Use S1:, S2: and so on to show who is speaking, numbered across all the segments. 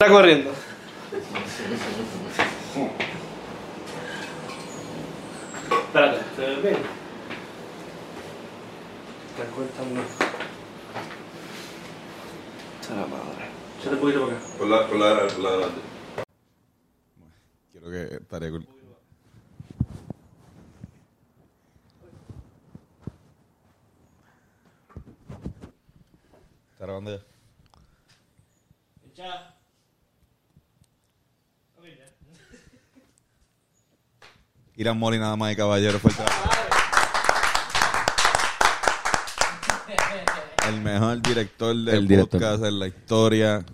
S1: Está corriendo. Espérate, ¿te ves bien? Está cortando. Está la madre. Échate un poquito para acá.
S2: Por la, por la, por la grande.
S3: Creo que estaría cool. ¿Está grabando ya?
S1: Echa.
S3: Irán Moli nada más y caballero fue el El mejor director del
S4: El director.
S3: podcast en la historia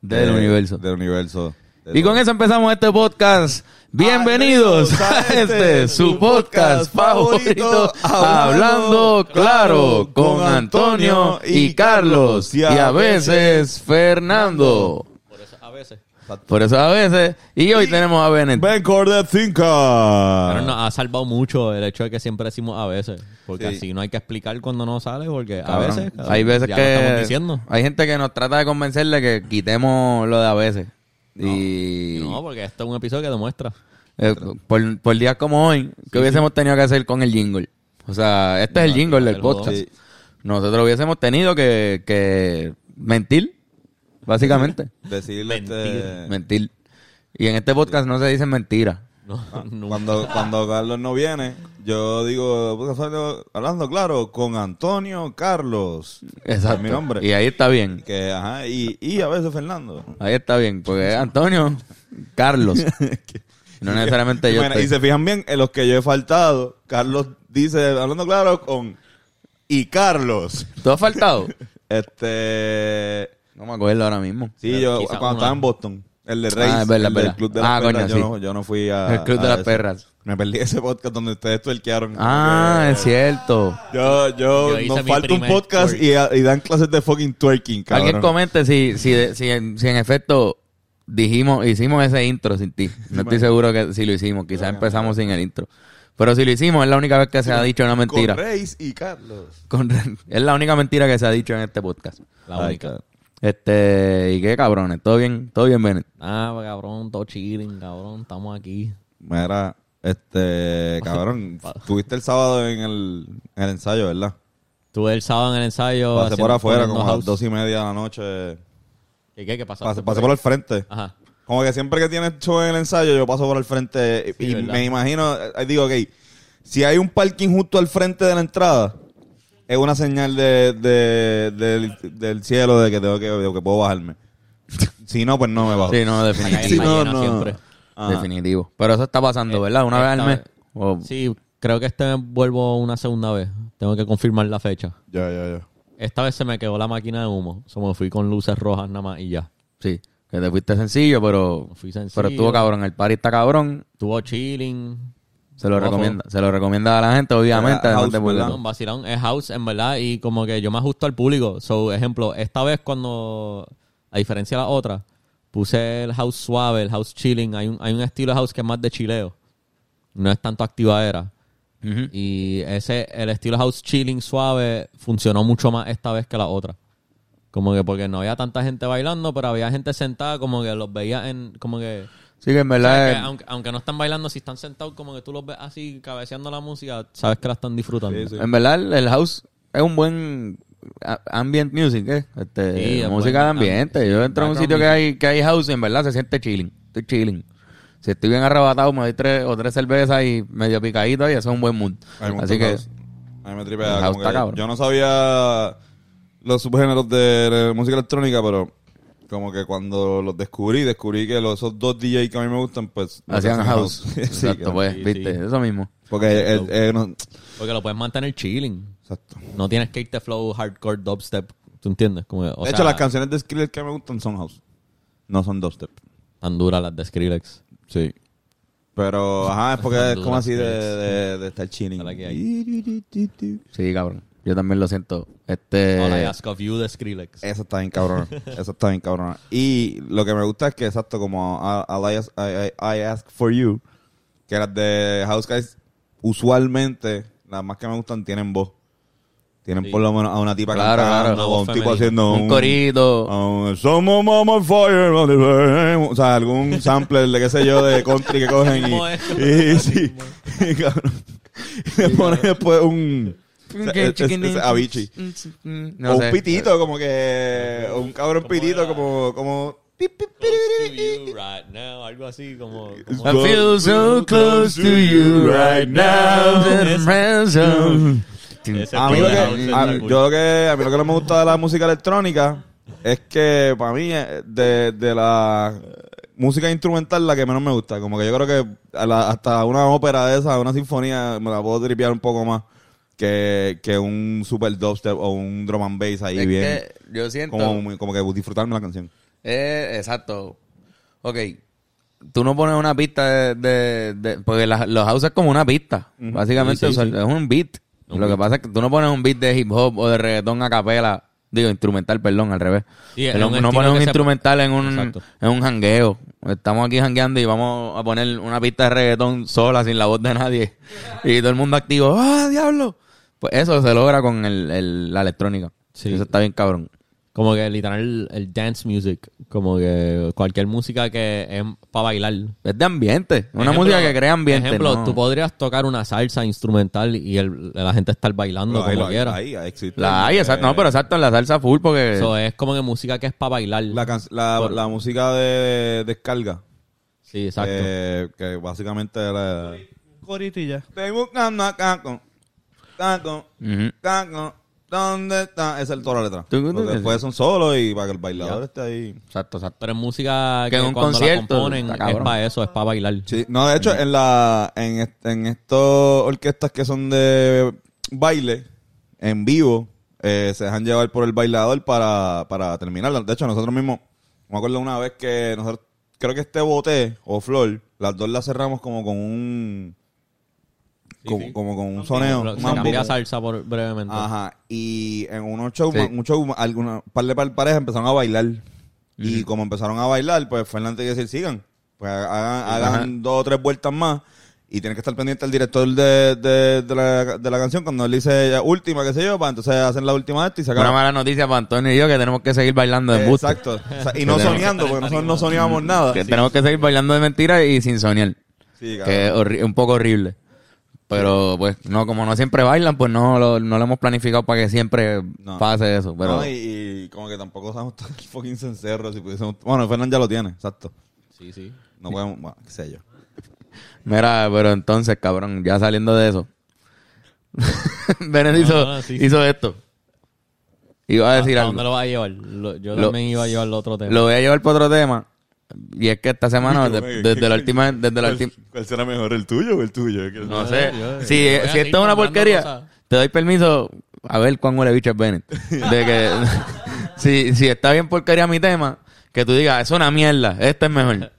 S4: Del
S3: de-
S4: universo.
S3: Del universo.
S4: Y con eso empezamos este podcast. Bienvenidos a este, su podcast favorito, Hablando Claro, con Antonio y Carlos, y a veces Fernando.
S5: A veces.
S4: Por eso a veces, y hoy tenemos a Bennett.
S3: Ben Cordet
S5: Pero
S3: Cinca.
S5: nos ha salvado mucho el hecho de que siempre decimos a veces. Porque
S3: Sí.
S5: así no hay que explicar cuando no sale, porque a
S4: Cabrón,
S5: veces. cabrón,
S4: hay veces
S5: ya
S4: que
S5: Lo estamos diciendo.
S4: hay gente que nos trata de convencerle que quitemos lo de a veces. Y
S5: No, porque esto es un episodio que demuestra.
S4: eh, por, por días como hoy, ¿qué hubiésemos tenido que hacer con el jingle? O sea, este es el
S5: Claro,
S4: jingle del
S5: el
S4: podcast.
S5: jodón.
S4: Nosotros hubiésemos tenido que, que mentir, básicamente.
S3: Decirle este-
S4: mentir. Y en este podcast no se dicen mentiras.
S5: No,
S3: Ah.
S5: nunca.
S3: Cuando, cuando Carlos no viene, yo digo, pues, hablando- hablando claro, con Antonio Carlos.
S4: Exacto.
S3: Es mi nombre.
S4: Y ahí está bien.
S3: Que, ajá, y, y a veces Fernando.
S4: Ahí está bien. Porque es Antonio, Carlos. no necesariamente yo.
S3: Bueno,
S4: estoy-
S3: Y se fijan bien en los que yo he faltado. Carlos dice, hablando claro, con y Carlos.
S4: ¿Tú has faltado?
S3: Este.
S4: No me acuerdo ahora mismo.
S3: Sí,
S5: Pero
S3: yo
S5: quizá
S3: cuando
S5: una.
S3: estaba en Boston, el de Reyes,
S4: Ah, es verdad,
S3: el
S4: es
S3: del
S4: verdad.
S3: Club de las
S4: Ah,
S3: Perras,
S4: coño,
S3: yo,
S4: sí.
S3: no, yo no fui a...
S4: El Club
S3: a
S4: de las
S3: ese.
S4: Perras.
S3: Me perdí ese podcast donde ustedes tuerquearon.
S4: Ah, es cierto.
S3: Yo, yo,
S5: Yo hice
S3: nos
S5: mi
S3: falta un
S5: primer
S3: podcast
S5: twerk.
S3: y, y dan clases de fucking twerking, cabrón.
S4: Alguien comente si, si, de- si, en, si en efecto dijimos, hicimos ese intro sin ti. No estoy seguro que si lo hicimos. Quizás empezamos sin el intro. Pero si lo hicimos, es la única vez que se ha dicho una mentira.
S3: Con Reyes y Carlos.
S4: Con re- es la única mentira que se ha dicho en este podcast.
S5: La única.
S4: Este, y qué cabrones, todo bien, todo bien, Bennett.
S5: Ah, cabrón, todo chilling, cabrón. Estamos aquí.
S3: Mira, este, cabrón, tuviste el sábado en el, en el ensayo, ¿verdad?
S5: Tuve el sábado en el ensayo.
S3: Pasé
S5: haciendo-
S3: por afuera como a
S5: poniendo
S3: las
S5: house.
S3: dos y media de la noche.
S5: ¿Y qué? ¿Qué pasó?
S3: Pasé, pasé por el frente.
S5: Ajá.
S3: Como que siempre que tienes show en el ensayo, yo paso por el frente y,
S5: Sí,
S3: y
S5: ¿verdad?
S3: me imagino, eh, digo, ok, si hay un parking justo al frente de la entrada, es una señal de, de- del- del cielo de que tengo que, de que puedo bajarme. si no, pues no me
S5: Oh.
S3: bajo.
S4: Sí, no,
S5: La calle
S4: definitivo.
S3: Sí,
S5: está
S3: no,
S5: llena
S3: no.
S5: siempre.
S3: Ajá.
S4: Definitivo. Pero eso está pasando, ¿verdad? Una vez al
S5: Ah. Esta
S4: mes. Oh,
S5: vez.
S4: O-
S5: Sí, creo que este vuelvo una segunda vez. Tengo que confirmar la fecha.
S3: Ya, ya, ya.
S5: Esta vez se me quedó la máquina de humo. So, me fui con luces rojas nada más y ya.
S4: sí, que te fuiste sencillo, pero,
S5: Fui sencillo.
S4: pero estuvo cabrón. El party está cabrón.
S5: Estuvo chilling.
S4: Se lo
S5: Ojo.
S4: recomienda, se lo recomienda a la gente, obviamente.
S3: Era
S4: además de
S3: house,
S4: por-
S3: ¿verdad?
S5: No, un vacilón es house, en verdad, y como que yo me ajusto al público. So, ejemplo, esta vez cuando, a diferencia de la otra, puse el house suave, el house chilling. Hay un, hay un estilo de house que es más de chileo. No es tanto activadera.
S4: Ujú.
S5: Y ese, el estilo house chilling suave funcionó mucho más esta vez que la otra. Como que porque no había tanta gente bailando, pero había gente sentada, como que los veía en, como que...
S4: Sí, que en verdad.
S5: sabes que
S4: es-
S5: aunque, aunque no están bailando, si están sentados, como que tú los ves así cabeceando la música, sabes que la están disfrutando.
S3: Sí, sí.
S4: En verdad, el- el house es un buen a- ambient music, ¿eh? Este,
S5: Sí, es
S4: música
S5: buen
S4: de ambiente.
S5: ambiente,
S4: Yo
S5: sí,
S4: entro a un
S5: background
S4: sitio que
S5: music.
S4: hay, que hay house y en verdad se siente chilling. Estoy chilling. Si estoy bien arrebatado, me doy tres o tres cervezas y medio picadito y eso es un buen mood.
S3: Hay un
S4: Así
S3: montón de
S4: que,
S3: house. A mí me tripea,
S4: El
S3: como
S4: house
S3: que
S4: está cabrón.
S3: Yo no sabía los subgéneros de la música electrónica, pero como que cuando los descubrí, descubrí que los, esos dos DJs que a mí me gustan, pues... los
S4: hacían house.
S3: Sí,
S4: Exacto,
S3: que-
S4: pues,
S5: sí,
S4: viste,
S5: sí.
S4: eso mismo.
S3: Porque eh, eh, no-
S5: Porque lo puedes mantener chilling.
S3: Exacto.
S5: No tienes que irte flow, hardcore, dubstep. ¿Tú entiendes? Como que, o
S3: de
S5: sea,
S3: hecho, las canciones de Skrillex que me gustan son house. No son dubstep.
S5: Tan duras las de Skrillex.
S3: Sí. Pero, ajá, es porque
S5: Son
S3: es como
S5: duras,
S3: así de,
S5: Skrillex.
S3: de, de estar chilling.
S5: Dale que
S4: Sí, cabrón. Yo también lo siento. Este.
S3: Eh,
S5: All I ask of you de Skrillex.
S3: Eso está bien cabrona. Eso está bien cabrona. Y lo que me gusta es que, exacto, como a- a- I, ask, I- I- I ask for you, que las de House Guys, usualmente, las más que me gustan tienen voz. Tienen por lo menos a una tipa
S4: Claro,
S3: cantando,
S4: claro.
S3: o a un tipo
S5: Femenina.
S3: haciendo
S4: Un corito.
S3: un Someone on my fire, on the burn. O sea, algún sample de qué sé yo, de country que cogen y.
S5: Mismo eso.
S3: y sí. Y, cabrón. Le ponen después un. o sea, es- es- es Avicii.
S5: Mm,
S4: No
S3: o un
S4: sé.
S3: pitito, como que. o un cabrón pitito, como. como pip, pip, pip, pip, pip.
S5: algo así como...
S4: I feel so close to you right now. that friends of-
S5: Ese
S3: a mí, lo
S5: programa
S3: que,
S5: es
S3: a,
S5: muy-
S3: yo lo que, a mí lo que no me gusta de la música electrónica es que para mí eh, de, de la música instrumental la que menos me gusta. Como que yo creo que a la- hasta una ópera de esa, una sinfonía, me la puedo tripear un poco más que, que un super dubstep o un drum and bass ahí
S4: Es
S3: bien.
S4: que yo siento.
S3: como, muy- como que disfrutarme la canción.
S4: Eh, exacto. Ok. Tú no pones una pista de... de- de- porque la- los house es como una pista. Básicamente
S5: Sí, sí,
S4: o sea,
S5: sí.
S4: es un beat. Lo que pasa es que tú no pones un beat de hip hop o de reggaetón a capela. Digo, instrumental, perdón, al revés.
S5: Sí, es
S4: Pero
S5: un
S4: no
S5: estilo
S4: pones un
S5: que se-
S4: instrumental en un,
S5: Exacto.
S4: en un jangueo. Estamos aquí jangueando y vamos a poner una pista de reggaetón sola, sin la voz de nadie. Y todo el mundo activo. ¡Ah, diablo! Pues eso se logra con el, el- la electrónica.
S5: Sí.
S4: Eso está bien cabrón.
S5: Como que literal el, el dance music, como que cualquier música que es para bailar.
S4: Es de ambiente. Una
S5: Ejemplo-
S4: música que crea ambiente.
S5: Ejemplo,
S4: ¿no?
S5: tú podrías tocar una salsa instrumental y el- la gente estar bailando
S3: Ahí-
S5: como
S3: ahí-
S5: quiera.
S3: ahí existe.
S4: La hay, exacto. No, pero exacto, en la salsa full porque...
S5: Eso es como que música que es para bailar.
S3: La, can- la, la música de, descarga.
S5: Sí, exacto.
S3: eh, que básicamente era...
S2: Corito y ya.
S3: Estoy buscando a Caco. Caco.
S4: Ujú.
S3: Caco. ¿Dónde está? Esa es toda la letra.
S4: Tú- tú-
S3: Porque después son solos y para que el bailador esté ahí.
S4: Exacto, exacto.
S5: Pero es música
S4: Que
S5: que,
S4: en un
S5: cuando la
S4: concierto,
S5: componen
S4: está
S5: es
S4: cabrón.
S5: para eso, es para bailar.
S3: Sí, no, de hecho, en la en, est- en estas orquestas que son de baile, en vivo, eh, se dejan llevar por el bailador para, para terminarla. De hecho, nosotros mismos, me acuerdo una vez que nosotros, creo que este boté o flor, las dos las cerramos como con un... como, como con un soneo.
S5: Pero
S3: un
S5: se
S3: mambo.
S5: cambia salsa por brevemente.
S3: Ajá. Y en unos shows,
S4: Sí.
S3: un show, alguna, par de par- parejas empezaron a bailar. Y como empezaron a bailar, pues Fernández y decir, sigan. Pues hagan, hagan dos o tres vueltas más. Y tienes que estar pendiente al director de, de, de la, de la canción cuando él dice ya, última, qué sé yo, para entonces hacen la última de esta y se
S4: Una
S3: acaba.
S4: mala noticia para Antonio y yo que tenemos que seguir bailando de embuste.
S3: Exacto. O sea, y no
S4: Que tenemos que
S3: soñando, porque nosotros no soñábamos nada.
S4: Que tenemos que seguir bailando de mentira y sin soñar.
S3: Sí, cabrón.
S4: Que es horri- un poco horrible. Pero pues, no, como no siempre bailan, pues no lo, no lo hemos planificado para que siempre
S3: No.
S4: pase eso. Pero
S3: No, y, y como que tampoco sabemos todo el fucking cencerro. Si pudiésemos- bueno, Fernández ya lo tiene, exacto.
S5: Sí, sí.
S3: No podemos, bueno, qué sé yo.
S4: Mira, pero entonces, cabrón, ya saliendo de eso. Benet hizo,
S5: no, sí, Ah, sí.
S4: hizo esto. Iba a decir
S5: ¿A
S4: algo.
S5: dónde lo vas a llevar? Lo- yo
S4: Lo-
S5: también iba a llevar el otro tema.
S4: Lo voy a llevar para otro tema. Y es que esta semana, de- desde la última, desde la última,
S3: ¿Cuál será mejor, el tuyo o el tuyo?
S4: no
S5: Ay,
S4: sé.
S5: Dios,
S4: Si,
S5: yo voy
S4: si
S5: a
S4: esto
S5: seguir
S4: es una
S5: nombrando
S4: porquería,
S5: cosas.
S4: te doy permiso a ver cuán huele bicho es Bennett. De que, si, si está bien porquería mi tema, que tú digas, es una mierda, este es mejor.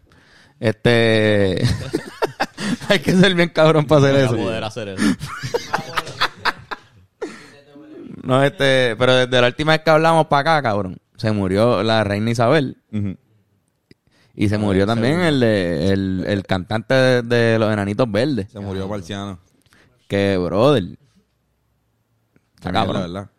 S4: Este... Hay que ser bien cabrón para hacer
S5: Para
S4: eso.
S5: poder hacer eso.
S4: No, este, pero desde la última vez que hablamos para acá, cabrón, se murió la reina Isabel. Y se
S6: Ah,
S4: murió también el, de- el, el cantante de, de los Enanitos Verdes.
S3: Se murió Marciano.
S4: Que, brother.
S3: Está
S4: Está
S3: la
S4: cabrón.
S3: verdad.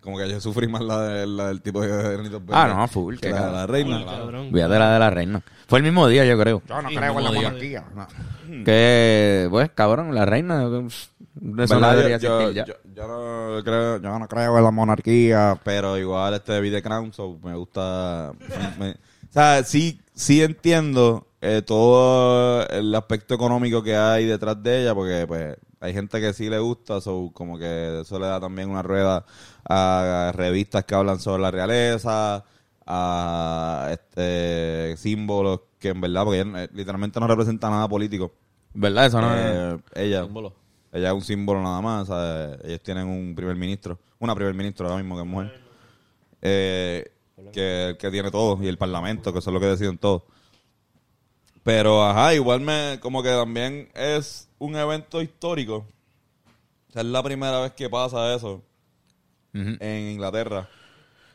S3: Como que yo sufrí más la, de- la del tipo de Granitos
S4: Ah, no, full,
S3: Que
S4: que
S3: la,
S4: cabrón.
S3: la reina.
S2: Cabrón.
S4: Olvídate la de la reina. Fue el mismo día, yo creo.
S6: Yo no
S5: Sí,
S6: creo en la
S5: como diga.
S6: monarquía. no.
S4: Que, pues, cabrón, la reina. pff, Eso no
S3: ¿Verdad?
S4: debería
S3: yo,
S4: existir ya.
S3: yo- yo no creo, yo no creo en la monarquía, pero igual este Video Crown, so me gusta. me- o sea, sí, sí entiendo eh, todo el aspecto económico que hay detrás de ella, porque pues hay gente que sí le gusta, so como que eso le da también una rueda a, a revistas que hablan sobre la realeza, a este símbolos que en verdad, porque ella, eh, literalmente no representa nada político.
S4: ¿Verdad? Eso no.
S3: Eh, ella.
S5: Símbolo.
S3: Ella es un símbolo nada más. o sea, Ellos tienen un primer ministro. Una primer ministro ahora mismo que es mujer. Eh, que, que tiene todo. Y el parlamento, que eso es lo que deciden todo. Pero, ajá, igual me... Como que también es un evento histórico. O sea, es la primera vez que pasa eso
S4: Ujú.
S3: en Inglaterra.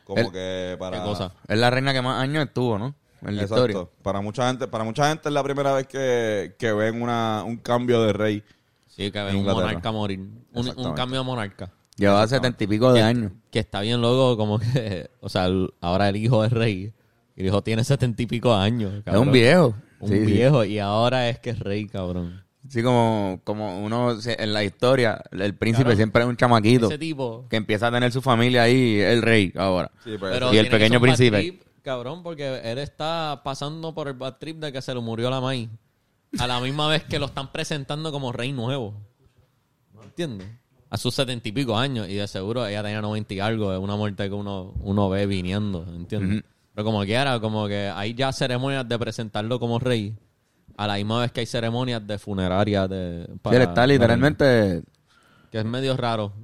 S3: Como
S4: El-
S3: que para...
S5: ¿Qué cosa?
S4: Es la reina que más años estuvo, ¿no? En la
S3: Exacto.
S4: historia.
S3: Para mucha gente, para mucha gente es la primera vez que, que ven una, un cambio de rey.
S5: Sí, que ver un
S3: Inglaterra.
S5: monarca morir. Un- Un,
S3: Exactamente.
S5: cambio de monarca.
S4: Llevaba setenta y pico de años.
S5: Que está bien luego como que... O sea, el- ahora el hijo es rey. Y el hijo tiene setenta y pico años,
S4: Es
S5: cabrón.
S4: un viejo.
S5: Un
S4: Sí, sí.
S5: viejo. Y ahora es que es rey, cabrón.
S4: Sí, como, como uno se- en la historia, el príncipe siempre es un chamaquito
S5: Ese tipo...
S4: que empieza a tener su familia ahí, el rey ahora.
S3: Sí, pues,
S5: Pero
S4: Y el
S5: tiene que
S4: pequeño
S5: ser un bad
S4: príncipe.
S5: trip, cabrón, porque él está pasando por el bad trip de que se le murió la maíz. A la misma vez que lo están presentando como rey nuevo. ¿Entiendes? A sus setenta y pico años. Y de seguro ella tenía noventa y algo. Es una muerte que uno, uno ve viniendo. ¿Entiendes? Pero como quiera, como que hay ya ceremonias de presentarlo como rey. A la misma vez que hay ceremonias de funerarias de...
S4: Sí, él está literalmente...
S5: que es medio raro.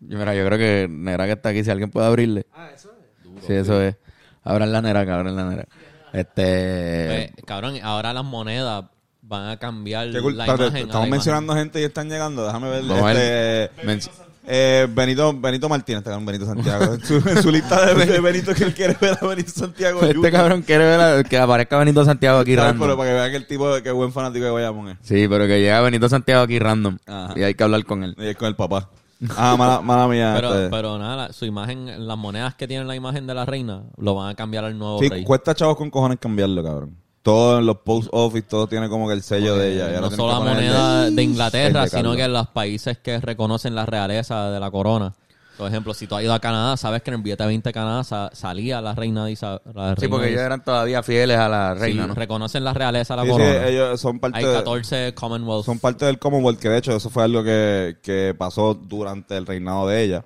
S4: Yo, Mira, yo creo que Neraca está aquí, si alguien puede abrirle. Ah, eso es. Sí, eso es. Abran la Neraca, abran la Neraca. Este...
S5: Pues, cabrón, ahora las monedas van a cambiar
S3: Qué cool.
S5: la
S3: Espérate,
S5: imagen. a la
S3: estamos
S5: imagen.
S3: mencionando gente y están llegando. Déjame ver.
S4: Vamos a
S3: este,
S4: ver. Men-
S3: eh, Benito, Benito Martínez, está con Benito Santiago. En su, en su lista de, de Benito que él quiere ver a Benito Santiago.
S4: Este cabrón quiere ver a- que aparezca Benito Santiago aquí
S3: ¿Sabes?
S4: random.
S3: Pero para que vean que el tipo, que buen fanático de Guayamón es.
S4: Sí, pero que llega Benito Santiago aquí random.
S3: Ajá.
S4: Y hay que hablar con él.
S3: Y es con el papá. Ah, mala, mala mía.
S5: Pero,
S3: este.
S5: pero nada, la- su imagen, las monedas que tiene la imagen de la reina, lo van a cambiar al nuevo
S3: Sí,
S5: rey.
S3: cuesta chavos con cojones cambiarlo, cabrón. Todo en los post office, todo tiene como que el sello de ella. y ahora
S5: no
S3: tienes
S5: solo la
S3: que poner el de-
S5: moneda de, Inglaterra,
S3: el de
S5: sino
S3: Carlos.
S5: que en los países que reconocen la realeza de la corona. Por ejemplo, si tú has ido a Canadá, sabes que en el billete 20 de Canadá sa- salía la reina de Isabel.
S4: Sí, porque ellos eran todavía fieles a la reina, ¿no?
S5: Reconocen la realeza de la
S3: Sí, sí,
S5: corona.
S3: ellos son parte
S5: Hay
S3: de-
S5: 14 Commonwealth.
S3: son parte del Commonwealth, que de hecho eso fue algo que, que pasó durante el reinado de ella.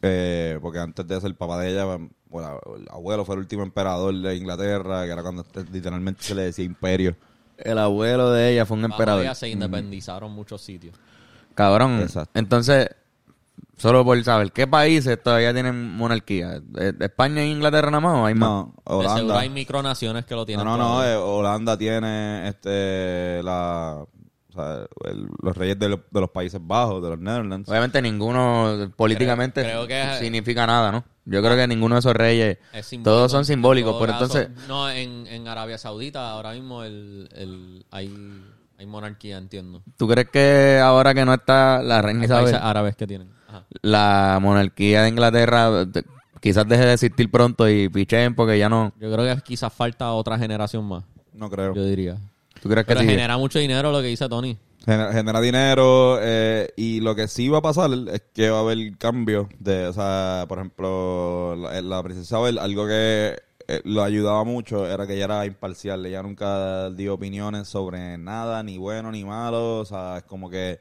S3: Eh, porque antes de eso el papá de ella, bueno, el abuelo fue el último emperador de Inglaterra, que era cuando este, literalmente se le decía imperio.
S4: El abuelo de ella fue un
S5: Bajo
S4: emperador.
S5: ella se
S3: Mm.
S5: independizaron muchos sitios.
S4: Cabrón.
S3: Exacto.
S4: Entonces, solo por saber, ¿qué países todavía tienen monarquía? ¿E- ¿España e Inglaterra nada más o hay más?
S3: No,
S5: De seguro
S3: Ah, Holanda.
S5: hay micronaciones que lo
S3: No,
S5: tienen.
S3: no, no,
S5: todavía.
S3: eh, Holanda tiene este la, o sea, el- los reyes de, lo- de los Países Bajos, de los Netherlands.
S4: Obviamente ninguno políticamente
S5: creo que-
S4: significa nada, ¿no? Yo creo que ninguno de esos reyes,
S5: Es simbólico.
S4: todos son simbólicos,
S5: Todos
S4: pero
S5: ahora
S4: entonces,
S5: son- no, en, en Arabia Saudita ahora mismo el, el, hay, hay monarquía, entiendo.
S4: ¿tú crees que ahora que no está la reina
S5: Hay
S4: Isabel,
S5: países árabes que tienen. Ajá.
S4: la monarquía de Inglaterra te- quizás deje de existir pronto y pichen porque ya no...
S5: Yo creo que quizás falta otra generación más,
S3: No creo.
S5: yo diría.
S4: ¿Tú crees que
S5: Pero
S4: sí?
S5: genera mucho dinero lo que dice Tony.
S3: Genera, genera dinero eh, y lo que sí va a pasar es que va a haber cambio de, o sea, por ejemplo, la, eh, la princesa Isabel, algo que eh, lo ayudaba mucho era que ella era imparcial, ella nunca dio opiniones sobre nada, ni bueno ni malo, o sea, es como que,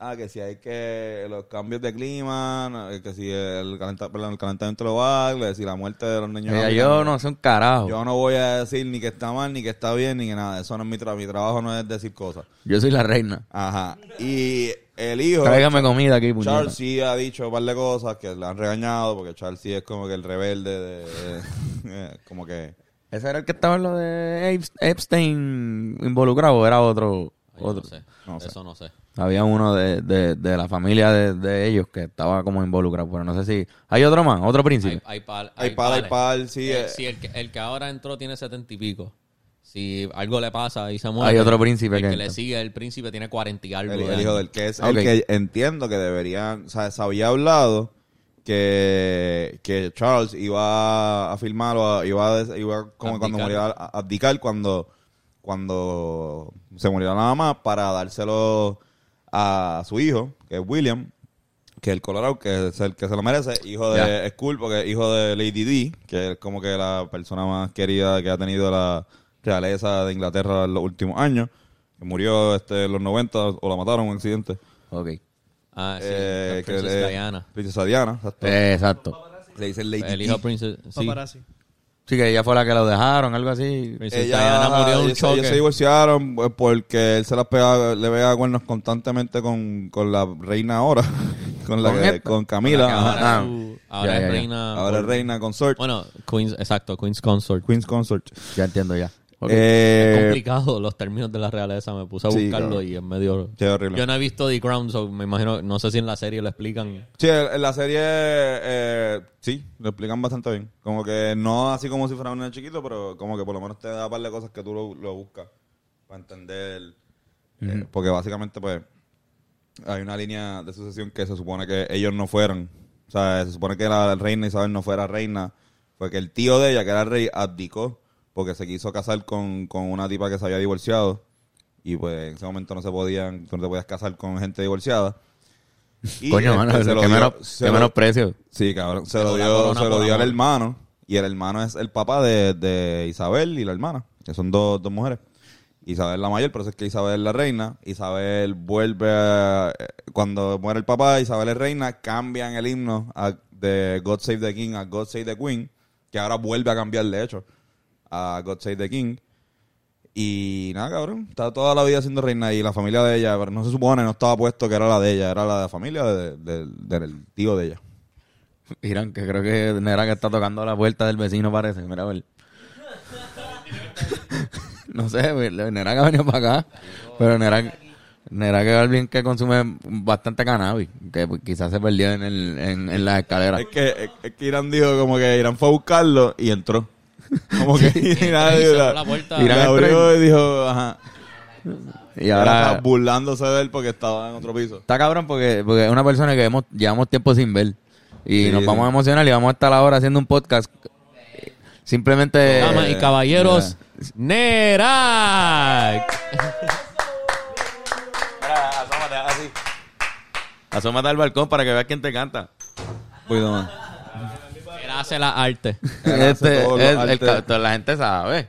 S3: ah, que si hay que los cambios de clima, no, eh, que si el, calenta- perdón, el calentamiento global, que si la muerte de los niños.
S4: Mira,
S3: africanos.
S4: yo no sé un carajo. Yo,
S3: Yo no voy a decir ni que está mal, ni que está bien, ni que nada, eso no es mi trabajo, mi trabajo no es decir cosas.
S4: soy la reina.
S3: Ajá. Y el hijo,
S4: Tráigame comida aquí, puñeta.
S3: Charles sí ha dicho un par de cosas que le han regañado, porque Charles sí es como que el rebelde de... de- como que...
S4: ¿Ese era el que estaba en lo de Ep- Epstein involucrado o era otro?
S5: Ay,
S4: otro?
S5: No sé.
S3: No sé.
S5: Eso no sé.
S4: Había uno de, de, de la familia de, de ellos que estaba como involucrado, pero no sé si... ¿Hay otro más? ¿Otro príncipe?
S5: Hay, hay pal,
S3: Hay pal, hay
S5: pales.
S3: pal, sí,
S5: Eh,
S3: eh.
S5: sí, el, que, el que ahora entró tiene setenta y pico. Si algo le pasa y se muere.
S4: Hay, otro príncipe
S5: El
S4: que...
S5: que le
S4: entra.
S5: sigue, el príncipe tiene cuarenta y algo.
S3: El,
S5: de
S3: el hijo
S5: años.
S3: del que es
S4: Ok.
S3: el que entiendo que deberían... O sea, se había hablado que, que Charles iba a firmar o a- iba a... des- Iba como cuando
S5: Abdicar.
S3: muriera a abdicar cuando... Cuando se muriera la mamá para dárselo a su hijo, que es William, que el Colorado, que es el que se lo merece, hijo de
S4: Ya.
S3: Skull, porque es hijo de Lady D, que es como que la persona más querida que ha tenido la realeza de Inglaterra en los últimos años. que Murió este, en los 90 o la mataron en un accidente.
S4: Ok.
S5: Ah, sí.
S3: Eh, que
S5: Princess
S3: le-
S5: Diana.
S3: Princesa Diana, exacto.
S4: Eh, exacto.
S3: Le dicen Lady
S5: El
S3: D.
S5: hijo de Princess. Sí.
S2: Paparazzi.
S4: Sí, que ella fue la que lo dejaron, algo así. Eh,
S5: Princess
S3: Ella,
S5: Diana murió de un
S3: ellos, se- ellos
S5: choque.
S3: se divorciaron eh, porque él se las pegaba, le pegaba cuernos constantemente con, con la reina ahora, con la
S4: ¿Con
S3: que-
S4: esta?
S3: con Camila,
S4: Con la que
S3: ajá.
S5: ahora
S4: Ah,
S5: su-
S4: ya,
S5: ahora
S4: ya,
S5: es
S4: ya.
S5: reina.
S3: ahora
S5: por-
S3: reina consort,
S5: Bueno, Queens, exacto, Queen's Consort.
S3: Queen's Consort.
S4: Ya entiendo ya. Ok.
S5: Es
S3: Eh,
S5: complicado los términos de la realeza. Me puse a
S3: Sí,
S5: buscarlo
S3: cabrón.
S5: y es medio.
S3: Qué horrible.
S5: Yo no he visto The Crown, so me imagino, no sé si en la serie lo explican.
S3: Sí, el- en la serie, eh, sí, lo explican bastante bien. Como que no así como si fuera un niño chiquito, pero como que por lo menos te da un par de cosas que tú lo, lo buscas para entender. eh, porque básicamente, pues, hay una línea de sucesión que se supone que ellos no fueron. O sea, se supone que la reina Isabel no fuera reina. Fue que el tío de ella, que era el rey, abdicó porque se quiso casar con, con una tipa que se había divorciado. Y pues en ese momento no se podían, tú no te podías casar con gente divorciada. Y,
S4: Coño,
S3: este,
S4: mano,
S3: se lo
S4: qué
S3: dio-
S4: menos,
S3: se
S4: qué
S3: lo-
S4: menos precio.
S3: Sí, cabrón. Se
S5: Pero
S3: lo
S5: la
S3: dio,
S5: corona
S3: se lo
S5: por
S3: dio al
S5: amor.
S3: hermano. Y el hermano es el papá de, de Isabel y la hermana, que son dos, dos mujeres. Isabel la mayor, pero es que Isabel es la reina. Isabel vuelve a- eh, Cuando muere el papá, Isabel es reina. Cambian el himno a- de God Save the King a God Save the Queen, que ahora vuelve a cambiar, de hecho, a God Save the King. Y nada, cabrón. Está toda la vida siendo reina y la familia de ella, pero no se supone, no estaba puesto que era la de ella, era la de la familia de- de- del tío de ella.
S4: Irán, que creo que Neraka está tocando la puerta del vecino, parece. Mira, a ver. no sé, güey, Neraka venía para acá. Pero Neraka, Neraka es alguien que consume bastante cannabis. Que pues, quizás se perdió en, el, en, en las escaleras.
S3: Es que, es, es que Irán dijo como que Irán fue a buscarlo y entró. Como que Irán,
S5: y cerró
S3: la-
S5: la puerta.
S3: Irán
S4: Irán
S3: abrió
S4: entró
S3: y dijo, ajá.
S4: Y
S3: Ahora
S4: ahora.
S3: burlándose de él porque estaba en otro piso.
S4: Está cabrón porque, porque es una persona que hemos, llevamos tiempo sin ver. Y
S3: Sí,
S4: nos
S3: sí.
S4: vamos a emocionar y vamos a estar ahora haciendo un podcast. eh, Simplemente.
S5: Damas y caballeros, Nerak.
S4: asómate, así. Asómate al balcón para que veas quién te canta.
S3: poquito más.
S5: Él hace la arte.
S4: Este,
S3: todos los
S4: es el
S3: artes.
S4: ca- toda la gente sabe.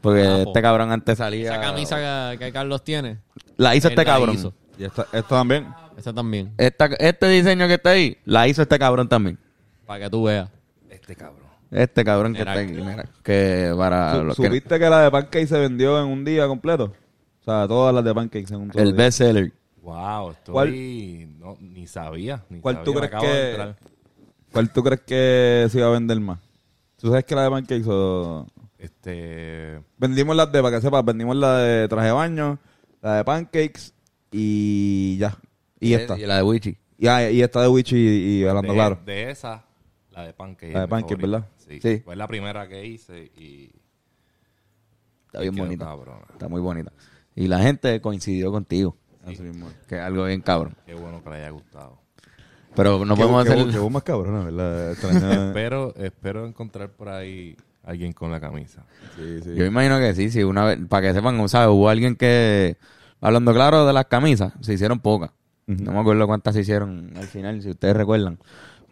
S4: Porque
S5: Capo.
S4: este cabrón antes salía.
S5: Esa camisa que, que Carlos tiene,
S4: La hizo
S5: él
S4: este
S5: la
S4: cabrón.
S5: hizo.
S3: Y esta, esta también.
S5: esa también,
S4: Esta- este diseño que está ahí, la hizo este cabrón también.
S5: para que tú veas.
S4: Este cabrón. Este cabrón que
S5: Era
S4: está ahí.
S5: aquí.
S4: mira, Que para.
S3: Su-
S4: los que-
S3: ¿Supiste Ah, que la de Pancake se vendió en un día completo? O sea, todas las de Pancake en un solo
S4: el
S3: día.
S4: best seller.
S2: Wow, estoy... No, ni sabía. Ni
S3: ¿Cuál tú
S2: sabía,
S3: crees
S2: me acabo de
S3: que-
S2: entrar.
S3: ¿Cuál tú crees que se iba a vender más? ¿Tú sabes que la de Pancake o-
S2: Este...
S3: Vendimos las de, para que sepas, vendimos la de traje de baño, la de pancakes y ya. Y esta.
S4: Y la de Wichi.
S3: Y, ah, y esta de Witch y, y hablando
S2: de,
S3: claro.
S2: De esa, la de Pancake.
S3: La de
S2: es mi
S3: Pancake,
S2: favorita.
S3: ¿verdad?
S2: Sí.
S4: Sí.
S2: Fue la primera que hice y...
S4: Está bien
S2: quedó
S4: bonita.
S2: cabrona.
S4: Está muy bonita. Y la gente coincidió contigo.
S3: Así mismo.
S4: Que es algo bien cabrón.
S2: Qué bueno que le haya gustado.
S4: Pero no
S3: Qué
S4: podemos
S3: bu- qué
S4: hacer.
S3: bu- qué bu- más cabrona, ¿verdad? Extraña-
S2: Espero, espero encontrar por ahí alguien con la camisa.
S3: sí, sí.
S4: Yo imagino que sí, sí, una vez, para que sepan, ¿sabes? Hubo alguien que, hablando claro de las camisas, se hicieron pocas. No me acuerdo cuántas se hicieron al final, si ustedes recuerdan.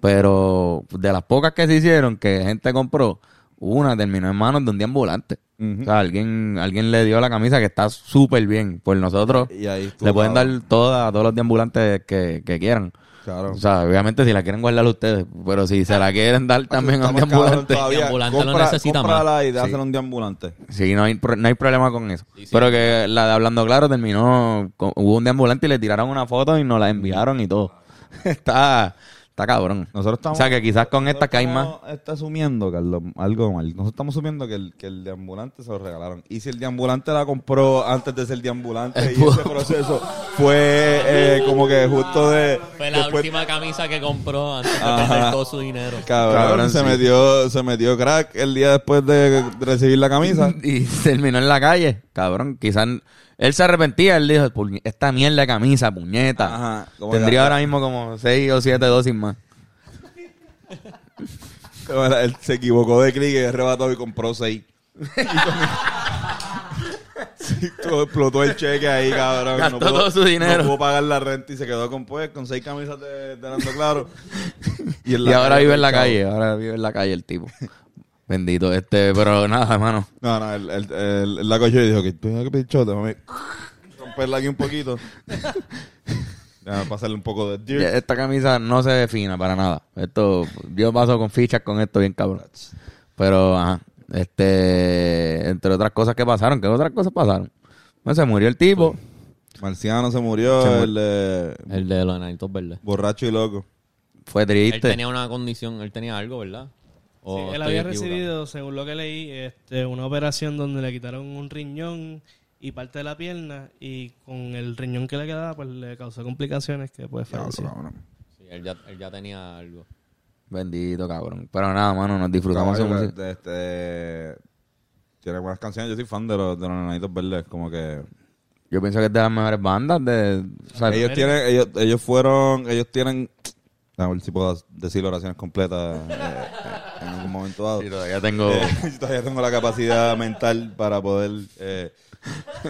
S4: Pero de las pocas que se hicieron, que gente compró, una terminó en manos de un día ambulante.
S3: Ujú.
S4: O sea, alguien, alguien le dio la camisa que está súper bien. Pues nosotros
S3: Y ahí estuvo,
S4: le pueden
S3: cabrón.
S4: dar todas a todos los deambulantes que, que quieran.
S3: Claro.
S4: O sea, obviamente si la quieren guardar ustedes, pero si se la quieren dar también a un
S3: Está más cabrón
S4: deambulante.
S3: todavía.
S5: Deambulante lo
S3: Compra-
S5: necesita más.
S3: cómprala y dásela a un deambulante.
S4: Sí, no hay, pro- no hay problema con eso. Pero que la de Hablando Claro terminó, con- hubo un deambulante y le tiraron una foto y nos la enviaron y todo. está, está cabrón.
S3: Nosotros estamos-
S4: o sea, que quizás con esta que hay más.
S3: Estamos- Está asumiendo, Carlos, algo mal. Nosotros estamos asumiendo que el, que el deambulante se lo regalaron. Y si el deambulante la compró antes de ser deambulante y ese proceso fue eh, como que justo de...
S5: Fue la
S3: después-
S5: última camisa que compró antes de
S3: Ajá.
S5: perder todo su dinero.
S3: Cabrón,
S4: Cabrón,
S3: se,
S4: sí.
S3: metió, se metió crack el día después de recibir la camisa.
S4: Y terminó en la calle, cabrón. Quizás él se arrepentía, él dijo, "Puñ- esta mierda de camisa, puñeta.
S3: Ajá, como
S4: Tendría
S3: que-
S4: ahora mismo como seis o siete dosis más.
S3: Ahora, Él se equivocó de clic y arrebató y compró seis. Y con- Sí, todo explotó el cheque ahí, cabrón.
S4: Gastó todo su dinero.
S3: No pudo pagar la renta y se quedó con pues, con seis camisas de, de Nando Claro. en la
S4: Y ahora
S3: calle,
S4: vive en la
S3: chavo.
S4: calle, ahora vive en la calle el tipo. Bendito este, pero nada, hermano.
S3: No, no, él, él- él- él la cogió y dijo que tengo que pedir chota, mami. Romperla aquí un poquito. Déjame pasarle un poco de dirt.
S4: Ya, Esta camisa no se defina para nada. Esto, yo paso con fichas con esto bien cabrón. Pero, ajá, este, entre otras cosas que pasaron, ¿qué otras cosas pasaron? Bueno, se murió el tipo.
S3: Marciano se murió,
S4: Se murió.
S3: el eh,
S5: El de los enanitos verdes.
S3: borracho y loco.
S4: Fue
S5: Él
S4: triste.
S5: tenía una condición, él tenía algo, ¿verdad? O
S6: Sí, él
S5: estoy
S6: había
S5: equivocado.
S6: recibido, según lo que leí, este, una operación donde le quitaron un riñón y parte de la pierna y con el riñón que le quedaba pues le causó complicaciones que pues falleció.
S5: Sí, él ya, él ya tenía algo.
S4: Bendito, cabrón. Pero nada, mano, nos disfrutamos su
S3: Caballo,
S4: música.
S3: de- de- este, tiene buenas canciones. Yo soy fan de los, de los Enanitos Verdes. Como que
S4: Yo pienso que es de las mejores bandas de... o sea,
S3: Ellos tienen, ellos, ellos fueron, ellos tienen. A ver si puedo decir oraciones completas eh, en algún momento dado.
S4: sí, todavía tengo...
S3: Eh, todavía tengo la capacidad mental para poder eh,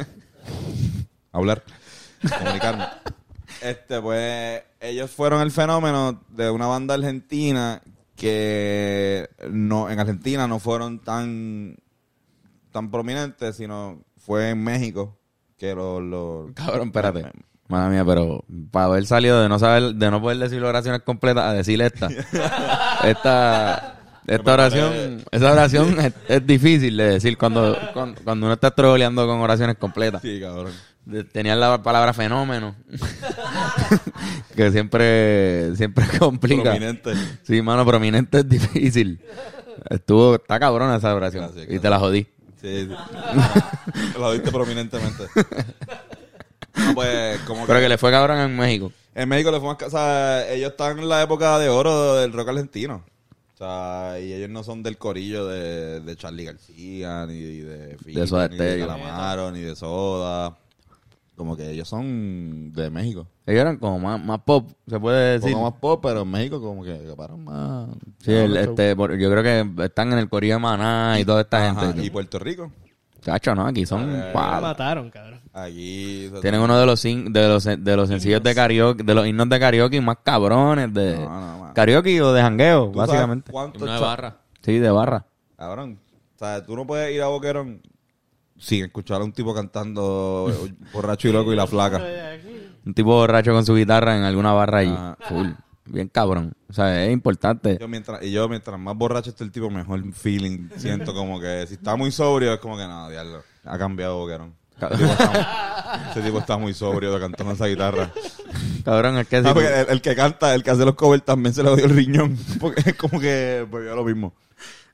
S3: hablar, comunicarme. Este, pues, ellos fueron el fenómeno de una banda argentina que no, en Argentina no fueron tan, tan prominentes, sino fue en México que los... los-
S4: Cabrón, espérate. Madre mía, pero para haber salido de no saber, de no poder decir oraciones completas, a decir esta. esta, esta oración, esa oración es, es difícil de decir cuando, cuando, cuando uno está troleando con oraciones completas.
S3: Sí, cabrón.
S4: De- Tenían la palabra fenómeno. que siempre, siempre complica.
S3: Prominentes.
S4: Sí, mano, prominente es difícil. Estuvo, está cabrona esa oración.
S3: Gracias,
S4: Y te la jodí.
S3: Sí, sí. Lo viste prominentemente. No, pues, como
S4: Pero que le fue cabrón en México.
S3: En México le fue más... ca- O sea, ellos están en la época de oro del rock argentino. O sea, y ellos no son del corillo de, de Charlie García, ni de Fito,
S4: Soda
S3: ni de
S4: Stereo.
S3: Calamaro, ni de Soda. Como que ellos son de México.
S4: Ellos eran como más, más pop, se puede
S3: Un
S4: decir.
S3: poco más pop, pero en México como que acaparan más...
S4: Sí, el- este, por- yo creo que están en el Corillo de Maná y toda esta
S3: Ajá,
S4: gente.
S3: Y Eh, Puerto Rico.
S4: Cacho, ¿no? Aquí son...
S6: Me
S4: wow.
S6: mataron, cabrón.
S3: Aquí... o sea,
S4: Tienen uno de los, sin- de los de los sencillos de karaoke, de los himnos de karaoke más cabrones de
S3: No, no, man.
S4: karaoke o de jangueo,
S3: ¿tú sabes
S4: básicamente.
S3: cuántos
S5: Una
S3: cha-
S5: de barra.
S4: Sí, de barra.
S3: Cabrón, o sea, tú no puedes ir a Boquerón sin escuchar a un tipo cantando borracho y loco y la flaca.
S4: Un tipo borracho con su guitarra en alguna barra ahí.
S3: Ah.
S4: Full. Bien cabrón. O sea, es importante.
S3: Yo mientras, y yo, mientras más borracho esté el tipo, mejor feeling siento como que si está muy sobrio, es como que nada, diablo. Ha cambiado Boquerón. Ese tipo está, ese tipo está muy sobrio cantando esa guitarra.
S4: Cabrón, es que... si
S3: Ah,
S4: tú-
S3: porque el, el que canta, el que hace los covers también se le odió el riñón. Porque es como que bebió lo mismo.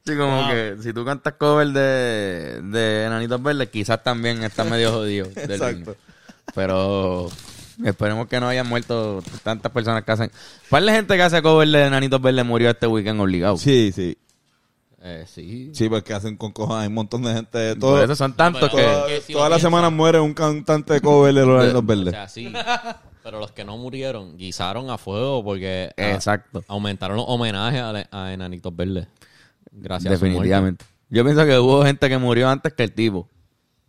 S4: Sí, como
S3: Ah.
S4: que si tú cantas cover de, de Enanitos Verdes, quizás también estás medio jodido. del
S3: Exacto.
S4: ritmo. Pero esperemos que no hayan muerto tantas personas que hacen. ¿Cuál la gente que hace cover de Enanitos Verdes murió este weekend obligado?
S3: Sí, sí.
S4: Eh, sí.
S3: Sí, porque hacen con cojas. Hay un montón de gente.
S4: Por
S3: Todo,
S4: eso son tantos
S5: Pero-
S4: que.
S3: toda,
S5: que si lo
S3: toda la
S5: piensas.
S3: semana muere un cantante de cover de los Enanitos
S5: O
S3: Verdes.
S5: sea, sí. Pero los que no murieron guisaron a fuego porque ah,
S4: Exacto.
S5: aumentaron los homenajes a, le- a Enanitos Verdes. Gracias a su
S4: Definitivamente. Yo pienso que hubo gente que murió antes que el tipo,
S5: muerte.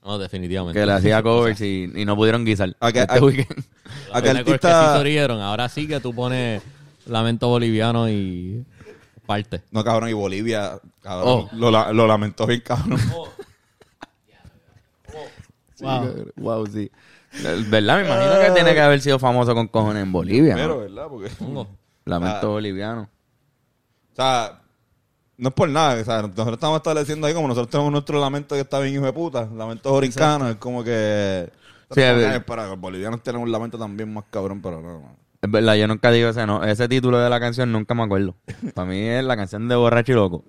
S5: No, definitivamente.
S4: que le hacía covers y, y no pudieron guisar
S3: ¿A qué-
S4: este
S3: a-
S4: weekend.
S3: ¿A qué
S5: Los récords que sí se
S3: artista?
S5: rieron. Ahora sí que tú pones Lamento Boliviano y parte.
S3: No, cabrón, y Bolivia, cabrón.
S4: Oh.
S3: Lo, la- lo lamentó bien, cabrón.
S6: Wow.
S4: Wow, sí. ¿Verdad? Me imagino que tiene que haber sido famoso con cojones en Bolivia. ¿no?
S3: Pero, ¿verdad? Porque, o
S5: Pongo.
S4: Lamento
S3: Ah.
S4: boliviano.
S3: sea, no es por nada. O sea, nosotros estamos estableciendo ahí como nosotros tenemos nuestro lamento que está bien hijo de puta. Lamento jorincano. Es como que...
S4: Sí, a ver.
S3: Eh, para, los bolivianos tenemos un lamento también más cabrón, pero no, no.
S4: Es verdad, yo nunca digo ese, no. Ese título de la canción nunca me acuerdo. Para mí es la canción de Borracho y Loco.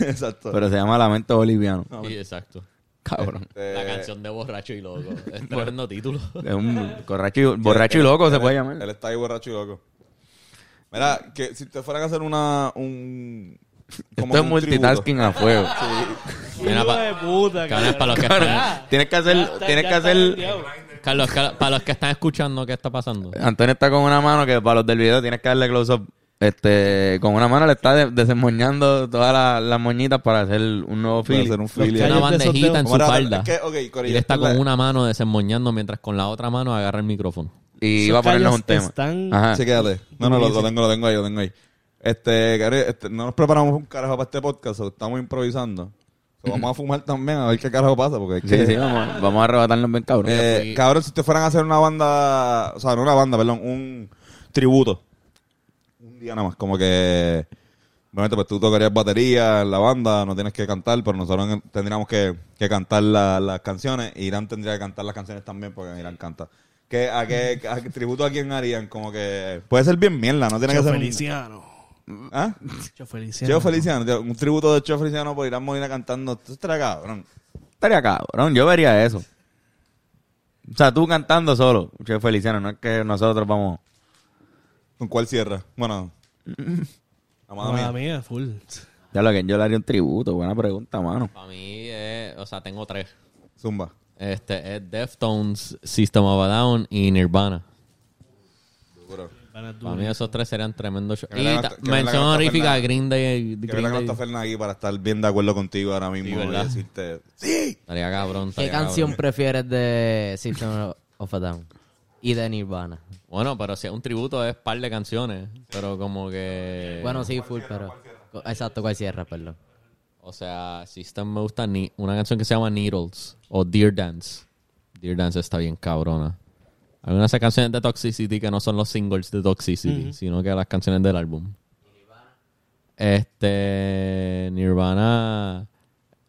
S3: Exacto.
S4: Pero se llama Lamento Boliviano.
S5: Sí, exacto.
S4: Cabrón.
S3: Eh,
S5: La canción de Borracho y Loco. Es tremendo título.
S4: Es un borracho y, borracho y loco se puede
S3: Él
S4: llamar.
S3: está ahí borracho y loco. Mira, que si te fueran a hacer una... Un,
S4: Esto es
S3: un tributo.
S4: multitasking a fuego.
S5: Mira,
S6: Hijo
S5: pa-
S6: de puta,
S5: Cabrones,
S6: cabrón.
S5: para los que están,
S4: Tienes que hacer,
S6: Ya está-
S4: tienes
S6: ya
S4: que
S6: está
S4: hacer.
S6: vendiado.
S5: Carlos, cal- para los que están escuchando, ¿qué está pasando?
S3: Eh,
S4: Antonio está con una mano que para los del video tienes que darle close up. Este, con una mano le está de- desemmoñando todas la- las moñitas para hacer un nuevo
S3: Para
S4: film.
S3: hacer un
S6: Los
S3: fili.
S6: callos
S5: Una
S6: de
S5: bandejita
S6: sorteo.
S5: en su
S3: Ahora,
S5: falda.
S3: es que, ok, Corillo,
S5: y él
S3: esto
S5: está
S3: es
S5: con
S3: la-
S5: una mano desemboñando mientras con la otra mano agarra el micrófono.
S4: Y
S6: Esos
S4: iba a ponernos un
S6: callos
S4: tema.
S6: están-
S4: Ajá.
S3: Sí, quédate. No, no, lo, lo tengo, lo tengo ahí, lo tengo ahí. Este, Gabriel, este, no nos preparamos un carajo para este podcast, so, estamos improvisando. So, vamos a fumar también, a ver qué carajo pasa, porque es
S4: Sí,
S3: que-
S4: sí, vamos, vamos a arrebatarnos bien cabrón.
S3: Eh, Cabrón, si te fueran a hacer una banda, o sea, no una banda, perdón, un tributo. Un día nada más, como que... Obviamente, pues tú tocarías batería en la banda, no tienes que cantar, pero nosotros en- tendríamos que, que cantar la- las canciones. Irán tendría que cantar las canciones también, porque Irán canta. ¿Qué, a, qué, ¿A qué tributo a quién harían? Como que... Puede ser bien mierda, no tiene
S6: Cho
S3: que ser... un-
S6: Feliciano.
S3: ¿Ah?
S6: Cho Feliciano.
S3: Cheo Feliciano, tío, un tributo de Cheo Feliciano por Irán Molina cantando. Esto estará cabrón.
S4: Estaría cabrón, yo vería eso. O sea, tú cantando solo, Che Feliciano, no es que nosotros vamos.
S3: ¿Con cuál cierra? Bueno... Amada
S6: Mamma
S3: mía.
S6: mía, full.
S4: Ya lo que yo le haría un tributo, buena pregunta, mano.
S5: Para mí, eh, o sea, tengo tres.
S3: Zumba.
S5: Este es Deftones, System of a Down y Nirvana.
S6: Van a
S5: Para mí esos tres serían tremendos shows.
S3: Que
S5: Y
S3: verdad
S5: ta-
S3: que no- que verdad que
S5: mención
S3: no está
S5: honorífica a
S3: Fernan.
S5: Green Day.
S3: Que
S5: Green
S3: verdad que no
S5: Day.
S3: está Fernan aquí para estar bien de acuerdo contigo ahora mismo y
S5: ¿verdad?
S3: decirte, ¡Sí!
S5: Estaría cabrón.
S7: ¿Qué
S5: estaría cabrón.
S7: canción prefieres de System of a Down? Y de Nirvana.
S5: Bueno, pero si es un tributo es par de canciones. Pero como que...
S7: Bueno, sí, full, pero. Exacto, cual cierra, perdón.
S5: O sea, System me gusta ni una canción que se llama Needles o Deer Dance. Deer Dance está bien cabrona. Hay unas canciones de Toxicity que no son los singles de Toxicity, sino que las canciones del álbum. Este Nirvana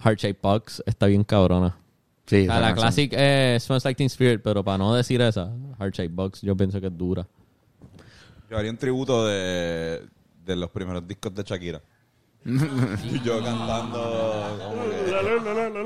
S5: Heart Shape Box está bien cabrona.
S4: Sí,
S5: O
S4: esa
S5: sea, la
S4: canción.
S5: classic eh, Smells Like Teen Spirit, pero para no decir esa, Heart Shape Box yo pienso que es dura.
S3: Yo haría un tributo de, de los primeros discos de Shakira. y yo cantando. como que- Yo cantando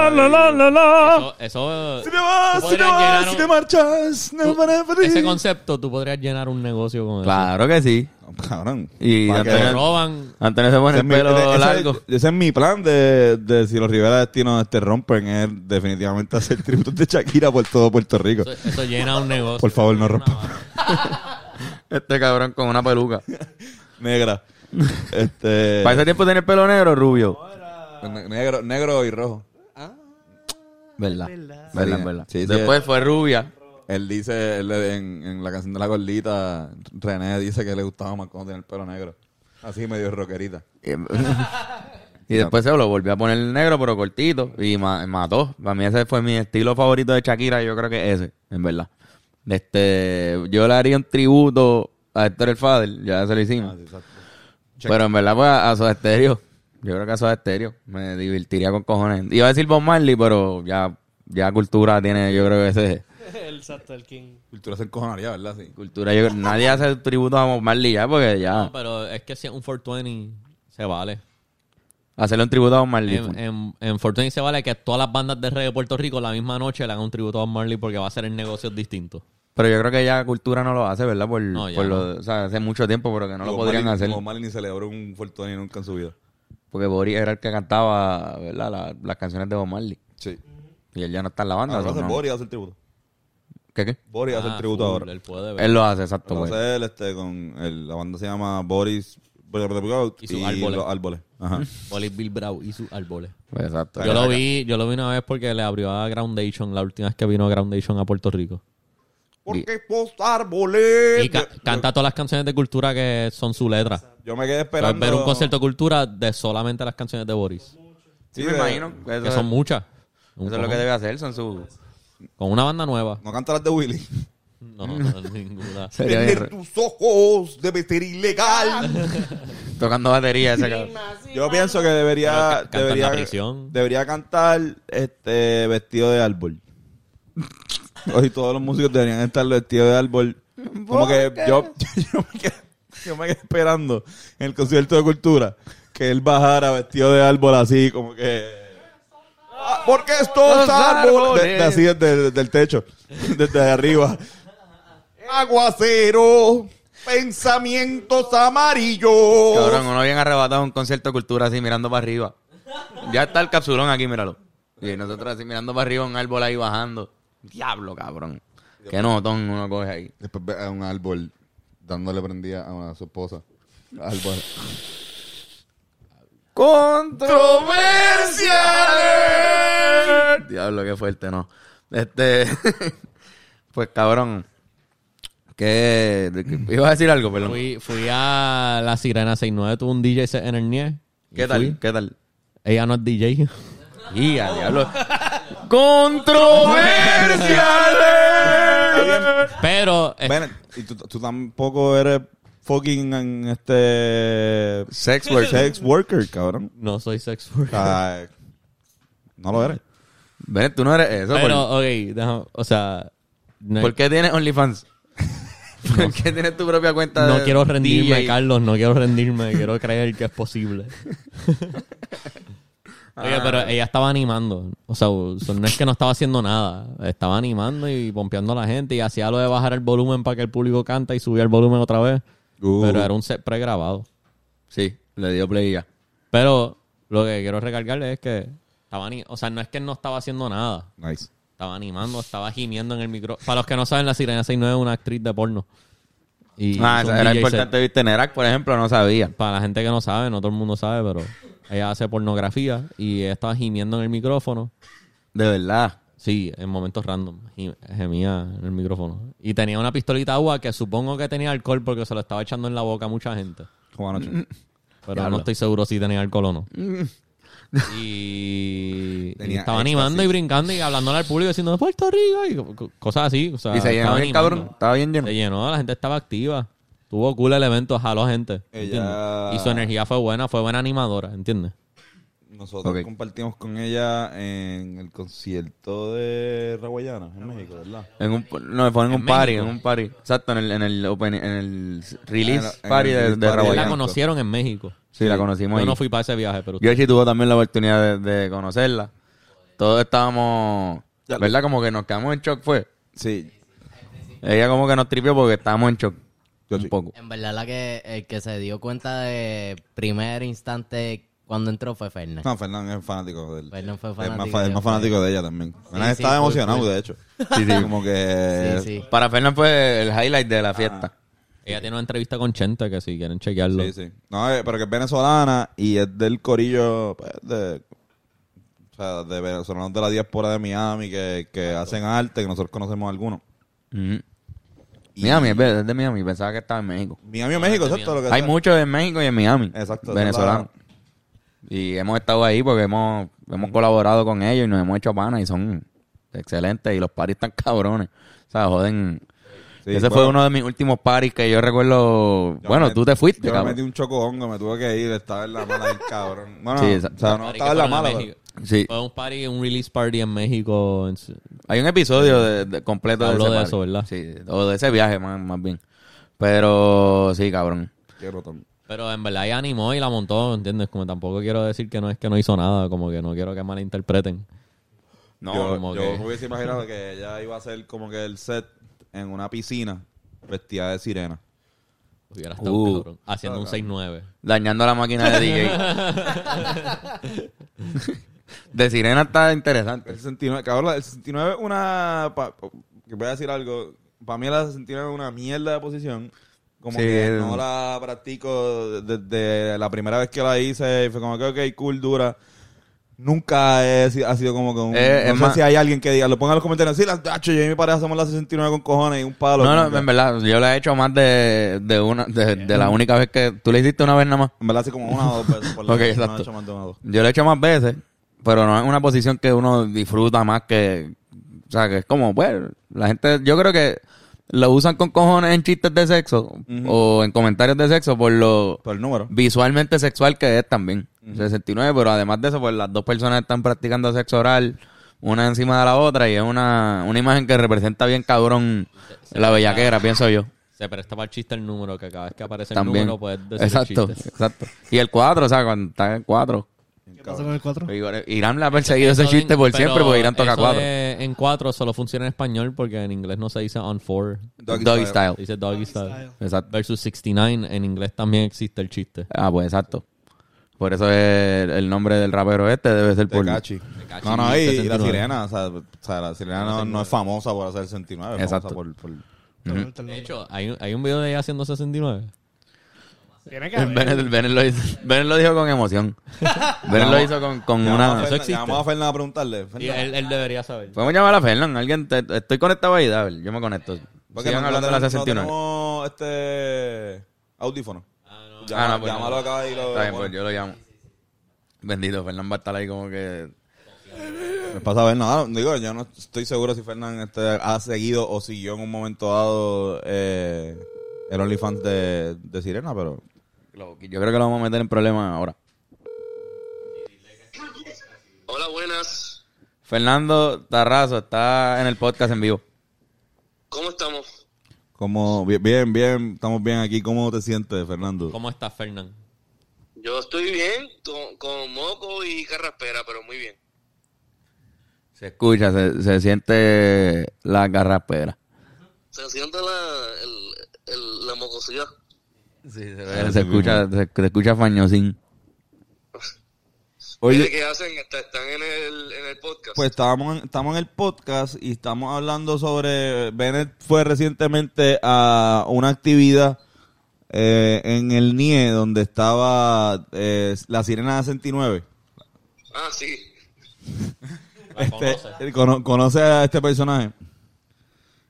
S3: ahí.
S5: Eso, eso-
S3: Ah. Si te vas,
S5: Tú
S3: si te
S5: podrías
S3: vas,
S5: llenar
S3: si
S5: un-
S3: te marchas, no
S5: tú-
S3: para
S5: ese concepto tú podrías llenar un negocio con eso.
S4: Claro que sí.
S3: Cabrón.
S4: Y
S3: Pa'
S4: antes
S3: que-
S5: Te
S4: Claro.
S5: roban
S4: Antonio se pone
S3: Ese
S4: el
S3: es mi-
S4: pelo
S3: ese-
S4: largo.
S3: Ese es mi plan de, de si los Rivera Destino este rompen es definitivamente hacer tributos de Shakira por todo Puerto Rico.
S5: Eso, eso llena un negocio.
S3: Por favor, no rompan.
S4: Este cabrón con una peluca.
S3: Negra. Este.
S4: Para ese tiempo tenía el pelo negro o rubio.
S3: ne- negro, negro y rojo.
S4: ¿Verdad?
S3: ¿Verdad,
S4: ¿Verdad,
S3: verdad?
S4: verdad?
S3: Sí, sí.
S4: Después fue rubia.
S3: Él dice, él, en, en la canción de la gordita, René dice que le gustaba más cuando tenía el pelo negro. Así medio rockerita.
S4: Eh, Y después se lo volvió a poner negro, pero cortito. Y ma- mató. Para mí ese fue mi estilo favorito de Shakira. Yo creo que ese, en verdad. Este, yo le haría un tributo a Héctor el Fader. Ya se lo hicimos. pero en verdad, pues, a, a Soda Stereo. Yo creo que a Soda Stereo. Me divertiría con cojones. Iba a decir Bob Marley, pero ya, ya cultura tiene, yo creo que ese...
S6: El exacto, el King.
S3: Cultura se encojonaría, ¿verdad? Sí.
S4: Cultura, yo, nadie hace tributo a Bob Marley ya, porque ya...
S5: No, pero es que si es un 420 se vale.
S4: Hacerle un tributo a Bob Marley.
S5: En, en, en 420 se vale que todas las bandas de reggae de Puerto Rico la misma noche le hagan un tributo a Bob Marley porque va a ser en negocios distintos.
S4: Pero yo creo que ya Cultura no lo hace, ¿verdad? Por,
S5: No, ya
S4: por
S5: no.
S4: lo- o sea, hace mucho tiempo, pero que no lo podrían hacer.
S3: Como Malin ni celebró un Fortuny nunca en su vida.
S4: Porque Boris era el que cantaba, ¿verdad? La- las canciones de Bob Marley.
S3: Sí.
S4: Y él ya no está en la banda.
S3: Ahora
S4: ¿o
S3: hace
S4: Ah, no?
S3: Ah, Boris hace el tributo.
S4: ¿Qué, qué?
S3: Boris hace
S5: Ah,
S3: el tributo
S5: full,
S3: ahora.
S5: Él puede ver.
S4: Él lo hace, exacto.
S3: Lo
S4: güey.
S3: hace él este, con el- la banda se llama Boris
S5: Y
S3: y,
S5: sus árboles.
S3: los árboles. Ajá.
S5: Boris Bill Brau y sus árboles.
S4: Pues, Exacto.
S5: Yo lo vi, yo lo vi una vez porque le abrió a Groundation la última vez que vino Groundation a Puerto Rico.
S3: Porque los árboles.
S5: Y ca- canta todas las canciones de cultura que son su letra.
S3: Yo me quedé
S5: Puedes
S3: esperando.
S5: ver un concierto de cultura de solamente las canciones de Boris.
S4: Sí,
S3: Sí,
S4: me
S3: de-
S4: imagino. que Eso,
S5: Que son muchas. Un
S4: eso es lo que
S5: cojón.
S4: debe hacer, son sus...
S5: Con una banda nueva.
S3: No canta las de Willy.
S5: No, no, ninguna.
S4: Sería bien re-
S3: tus ojos debe ser ilegal.
S4: tocando batería ese cabrón.
S3: Yo pienso que debería
S5: Pero ca- canta en
S3: debería,
S5: la prisión.
S3: debería cantar este vestido de árbol. Hoy todos los músicos deberían estar vestidos de árbol. Como que yo, yo, me quedé, yo me quedé esperando en el concierto de cultura que él bajara vestido de árbol así, como que. "Ah, Porque estos
S4: Los
S3: árboles.
S4: árboles.
S3: De- de así desde, desde el techo, desde arriba. Aguacero, pensamientos amarillos.
S4: Cabrón, uno bien arrebatado en un concierto de cultura así mirando para arriba. Ya está el capsulón aquí, míralo. Y nosotros así mirando para arriba, un árbol ahí bajando. Diablo, cabrón. Qué notón uno coge ahí.
S3: Después ve a un árbol dándole prendida a, una- a su esposa. Árbol.
S4: ¡Controversiales! Diablo, qué fuerte, ¿no? Este. pues cabrón. ¿Qué? de qué- Iba a decir algo, perdón.
S5: Fui, fui a La Sirena 69, tuvo un DJ set en el NIE.
S4: ¿Qué tal? ¿Qué tal?
S5: Ella no es DJ.
S4: Y al diablo. ¡Controversiales!
S5: Pero eh,
S3: Ven, y tú, tú tampoco eres fucking en este
S4: Sex work.
S3: sex worker, cabrón.
S5: no soy sex worker.
S4: Ah,
S3: Ay, no lo eres.
S4: Ven, tú no eres eso.
S5: Pero, ok, déjame- o sea, no,
S4: ¿Por qué tienes OnlyFans? ¿Por qué tienes tu propia cuenta
S5: no
S4: de
S5: quiero rendirme,
S4: DJ?
S5: Carlos, no quiero rendirme, quiero creer que es posible. Oye, pero ella estaba animando. O sea, so- no es que no estaba haciendo nada. Estaba animando y pompeando a la gente y hacía lo de bajar el volumen para que el público canta y subía el volumen otra vez.
S3: Uh.
S5: Pero era un set pregrabado.
S4: Sí, le dio play y ya.
S5: Pero lo que quiero recargarle es que Estaba ani- o sea, no es que él no estaba haciendo nada.
S3: Nice.
S5: Estaba animando, estaba gimiendo en el micro. Para los que no saben, la Sirena 69 es una actriz de porno. Y
S4: Ah,
S5: hizo un
S4: era
S5: DJ set.
S4: importante, viste. Nerak, por ejemplo, no sabía.
S5: Para la gente que no sabe, no todo el mundo sabe, pero ella hace pornografía y ella estaba gimiendo en el micrófono.
S4: De verdad.
S5: Sí, en momentos random. gim- Gemía en el micrófono. Y tenía una pistolita agua que supongo que tenía alcohol porque se lo estaba echando en la boca a mucha gente.
S3: Como anoche.
S5: Pero no estoy seguro si tenía alcohol o no. Y, y
S3: Mm. Tenía
S5: estaba
S3: éxtasis.
S5: animando y brincando y hablándole al público diciendo Puerto Rico y co- co- cosas así. O sea,
S4: y se llenó
S5: Ah, estaba
S4: bien,
S5: animando.
S4: cabrón. Estaba bien lleno.
S5: Se llenó, la gente estaba activa. Tuvo cool el evento, jaló gente. ¿entiendes?
S3: Ella-
S5: Y su energía fue buena, fue buena animadora, ¿entiendes?
S3: Nosotros
S4: Ok.
S3: compartimos con ella en el concierto de Raguayana, en México, ¿verdad?
S4: En un, no, fue en, un
S5: México.
S4: party, en un party. Exacto, en el, en el, open- en el release
S3: Ah, en el
S4: party
S3: release
S4: de, de
S3: party.
S5: La
S3: Blanco.
S4: Raboyán.
S5: conocieron en México.
S4: Sí, la conocimos
S5: Yo
S4: ahí.
S5: no fui para ese viaje, pero
S4: Yoshi tuvo también la oportunidad de, de conocerla. Todos estábamos, ¿verdad? Como que nos quedamos en shock, fue.
S3: Sí.
S4: Ella como que nos tripió porque estábamos en shock.
S3: Yo
S4: un
S3: sí.
S4: poco.
S7: En verdad, la que, el que se dio cuenta de primer instante cuando entró fue Fernández.
S3: No, Fernán es fanático de él.
S7: Fernán fue
S3: Es más
S7: fanático
S3: fa- Es
S7: de-
S3: más fanático de ella también. Fernán
S7: sí,
S3: estaba
S7: full,
S3: emocionado,
S7: full.
S3: de hecho. Sí, sí. Como que...
S7: Sí, sí.
S4: Para Fernan fue el highlight de
S3: Ah.
S4: la fiesta.
S5: ella tiene una entrevista con Chente que si quieren chequearlo.
S3: Sí, sí. No, eh, pero que es venezolana y es del corillo pues, de... O sea, de venezolanos de la diáspora de Miami que, que hacen arte, que nosotros conocemos algunos.
S4: Ujú. Miami, es verdad, es de Miami. Pensaba que estaba en México.
S3: Miami o México, ¿cierto? Lo que
S4: Hay
S3: sea.
S4: muchos en México y en Miami.
S3: Exacto,
S4: Venezolanos. Y hemos estado ahí porque hemos, hemos colaborado con ellos y nos hemos hecho panas y son excelentes y los paris están cabrones. O sea, joden.
S3: Sí,
S4: Ese
S3: bueno.
S4: fue uno de mis últimos paris que yo recuerdo.
S3: Yo
S4: bueno,
S3: me-
S4: tú te fuiste,
S3: Yo me
S4: cabrón.
S3: metí un choco hongo, me tuve que ir, estaba en la mala el cabrón. Bueno,
S4: Sí,
S3: sí,
S4: esa-
S3: o sea, no
S5: Party que
S3: estaba en la
S5: fueron a
S3: mala.
S5: México.
S4: Sí.
S5: Fue un party, un release party en México. en su-
S4: Hay un episodio de, de- completo
S5: Habló
S4: de, ese
S5: de
S4: party.
S5: eso, ¿verdad?
S4: Sí, o de ese viaje más, más bien. Pero sí, cabrón.
S3: pero- Qué rotón.
S5: Pero en verdad ella animó y la montó, ¿entiendes? Como tampoco quiero decir que no es que no hizo nada, como que no quiero que malinterpreten.
S3: No,
S5: Yo
S3: yo,
S5: como
S3: yo
S5: que-
S3: me hubiese imaginado que ella iba a hacer como que el set en una piscina vestida de sirena.
S5: Hubiera estado
S4: Uh.
S5: cabrón, haciendo un 6-9.
S4: Dañando la máquina de DJ. de sirena está interesante.
S3: El 69, cabrón, el 69 es una... pa- que voy a decir algo. Para mí la 69 es una mierda de posición. Como
S4: Sí,
S3: que
S4: el-
S3: no la practico desde la primera vez que la hice. Y fue como que, ok, cool, dura. Nunca he si- ha sido como que un... no
S4: Eh, es
S3: sé
S4: más-
S3: si hay alguien que diga, lo ponga en los comentarios. Sí, las dacho, yo y mi pareja hacemos la 69 con cojones y un palo.
S4: No,
S3: Como que-
S4: no, en verdad, yo la he hecho más de, de una, de, de la única vez que tú le hiciste una vez nada más.
S3: En verdad, hace como una o dos veces. Por la
S4: Ok,
S3: vez, no he
S4: exacto.
S3: hecho más de una o dos.
S4: Yo la he hecho más veces, pero no es una posición que uno disfruta más que, o sea, que es como, bueno, la gente, yo creo que lo usan con cojones en chistes de sexo o en comentarios de sexo por lo
S3: Por el número.
S4: visualmente sexual que es también. 69, pero además de eso, pues las dos personas están practicando sexo oral una encima de la otra y es una, una imagen que representa bien cabrón la bellaquera, pienso yo.
S5: Se presta para el chiste el número, que cada vez que aparece el
S4: También.
S5: número puedes decir
S4: Exacto,
S5: el chiste.
S4: exacto. Y el 4, o sea, cuando está el 4.
S6: ¿Qué pasó con el 4?
S3: eh,
S4: Irán le ha perseguido ese
S5: Eso
S4: chiste
S5: en-
S4: por
S5: pero
S4: siempre porque Irán toca
S5: eso
S4: 4.
S5: de- en cuatro solo funciona en español porque en inglés no se dice on four.
S4: Doggy,
S3: Doggy
S4: style.
S5: Dice doggy style.
S4: Exacto.
S5: Versus 69, en inglés también existe el chiste.
S4: Ah, pues exacto. Por eso el, el nombre del rapero este debe ser por...
S3: Tecachi. No, no, y, y la
S5: 69.
S3: sirena. O sea, o sea, la sirena no, no es famosa por hacer 69. Es
S4: Exacto.
S3: famosa por, por...
S5: De hecho, hay, un- hay un video de ella haciendo 69.
S6: Tiene que haber.
S4: Bennett, Bennett lo hizo, Bennett lo dijo con emoción. Bennett lo hizo con, con una...
S3: Vamos a Fernan-
S5: existe.
S3: Llamamos a Fernanda a preguntarle. Fernan,
S5: Y él, él debería saber.
S4: Podemos llamar a Fernan. Alguien... te- estoy conectado ahí, a ver, yo me conecto.
S3: porque
S4: Sigan
S3: no-
S4: hablando de
S3: no
S4: la
S3: tenemos-
S4: 69.
S3: No tenemos este audífono.
S4: Ah,
S3: Llama-
S4: no, pues,
S3: llámalo acá y lo...
S4: Está bien, pues yo lo llamo. Bendito, Fernan va a estar ahí como que...
S3: Me pasa a ver, no, no, digo, yo no estoy seguro si Fernán este, ha seguido o siguió en un momento dado eh, el OnlyFans de, de Sirena, pero...
S4: lo- Yo creo que lo vamos a meter en problemas ahora.
S8: Hola, buenas.
S4: Fernando Tarrazo está en el podcast en vivo.
S8: ¿Cómo estamos?
S3: Como, bien, bien, bien, estamos bien aquí. ¿Cómo te sientes, Fernando?
S5: ¿Cómo está Fernán?
S8: Yo estoy bien, con, con moco y carraspera, pero muy bien.
S4: Se escucha, se, se siente la garrapera.
S8: Se siente la, el, el- la mocosidad.
S4: se, escucha, se, se escucha fañosín.
S8: Oye.
S3: Oye,
S8: ¿Qué hacen? Está- Están en el, en el podcast.
S3: pues estábamos en, estamos en el podcast y estamos hablando sobre. Bennett fue recientemente a una actividad eh, en el NIE donde estaba eh, la sirena 69.
S8: Ah, sí.
S3: Este, cono- conoce a este personaje.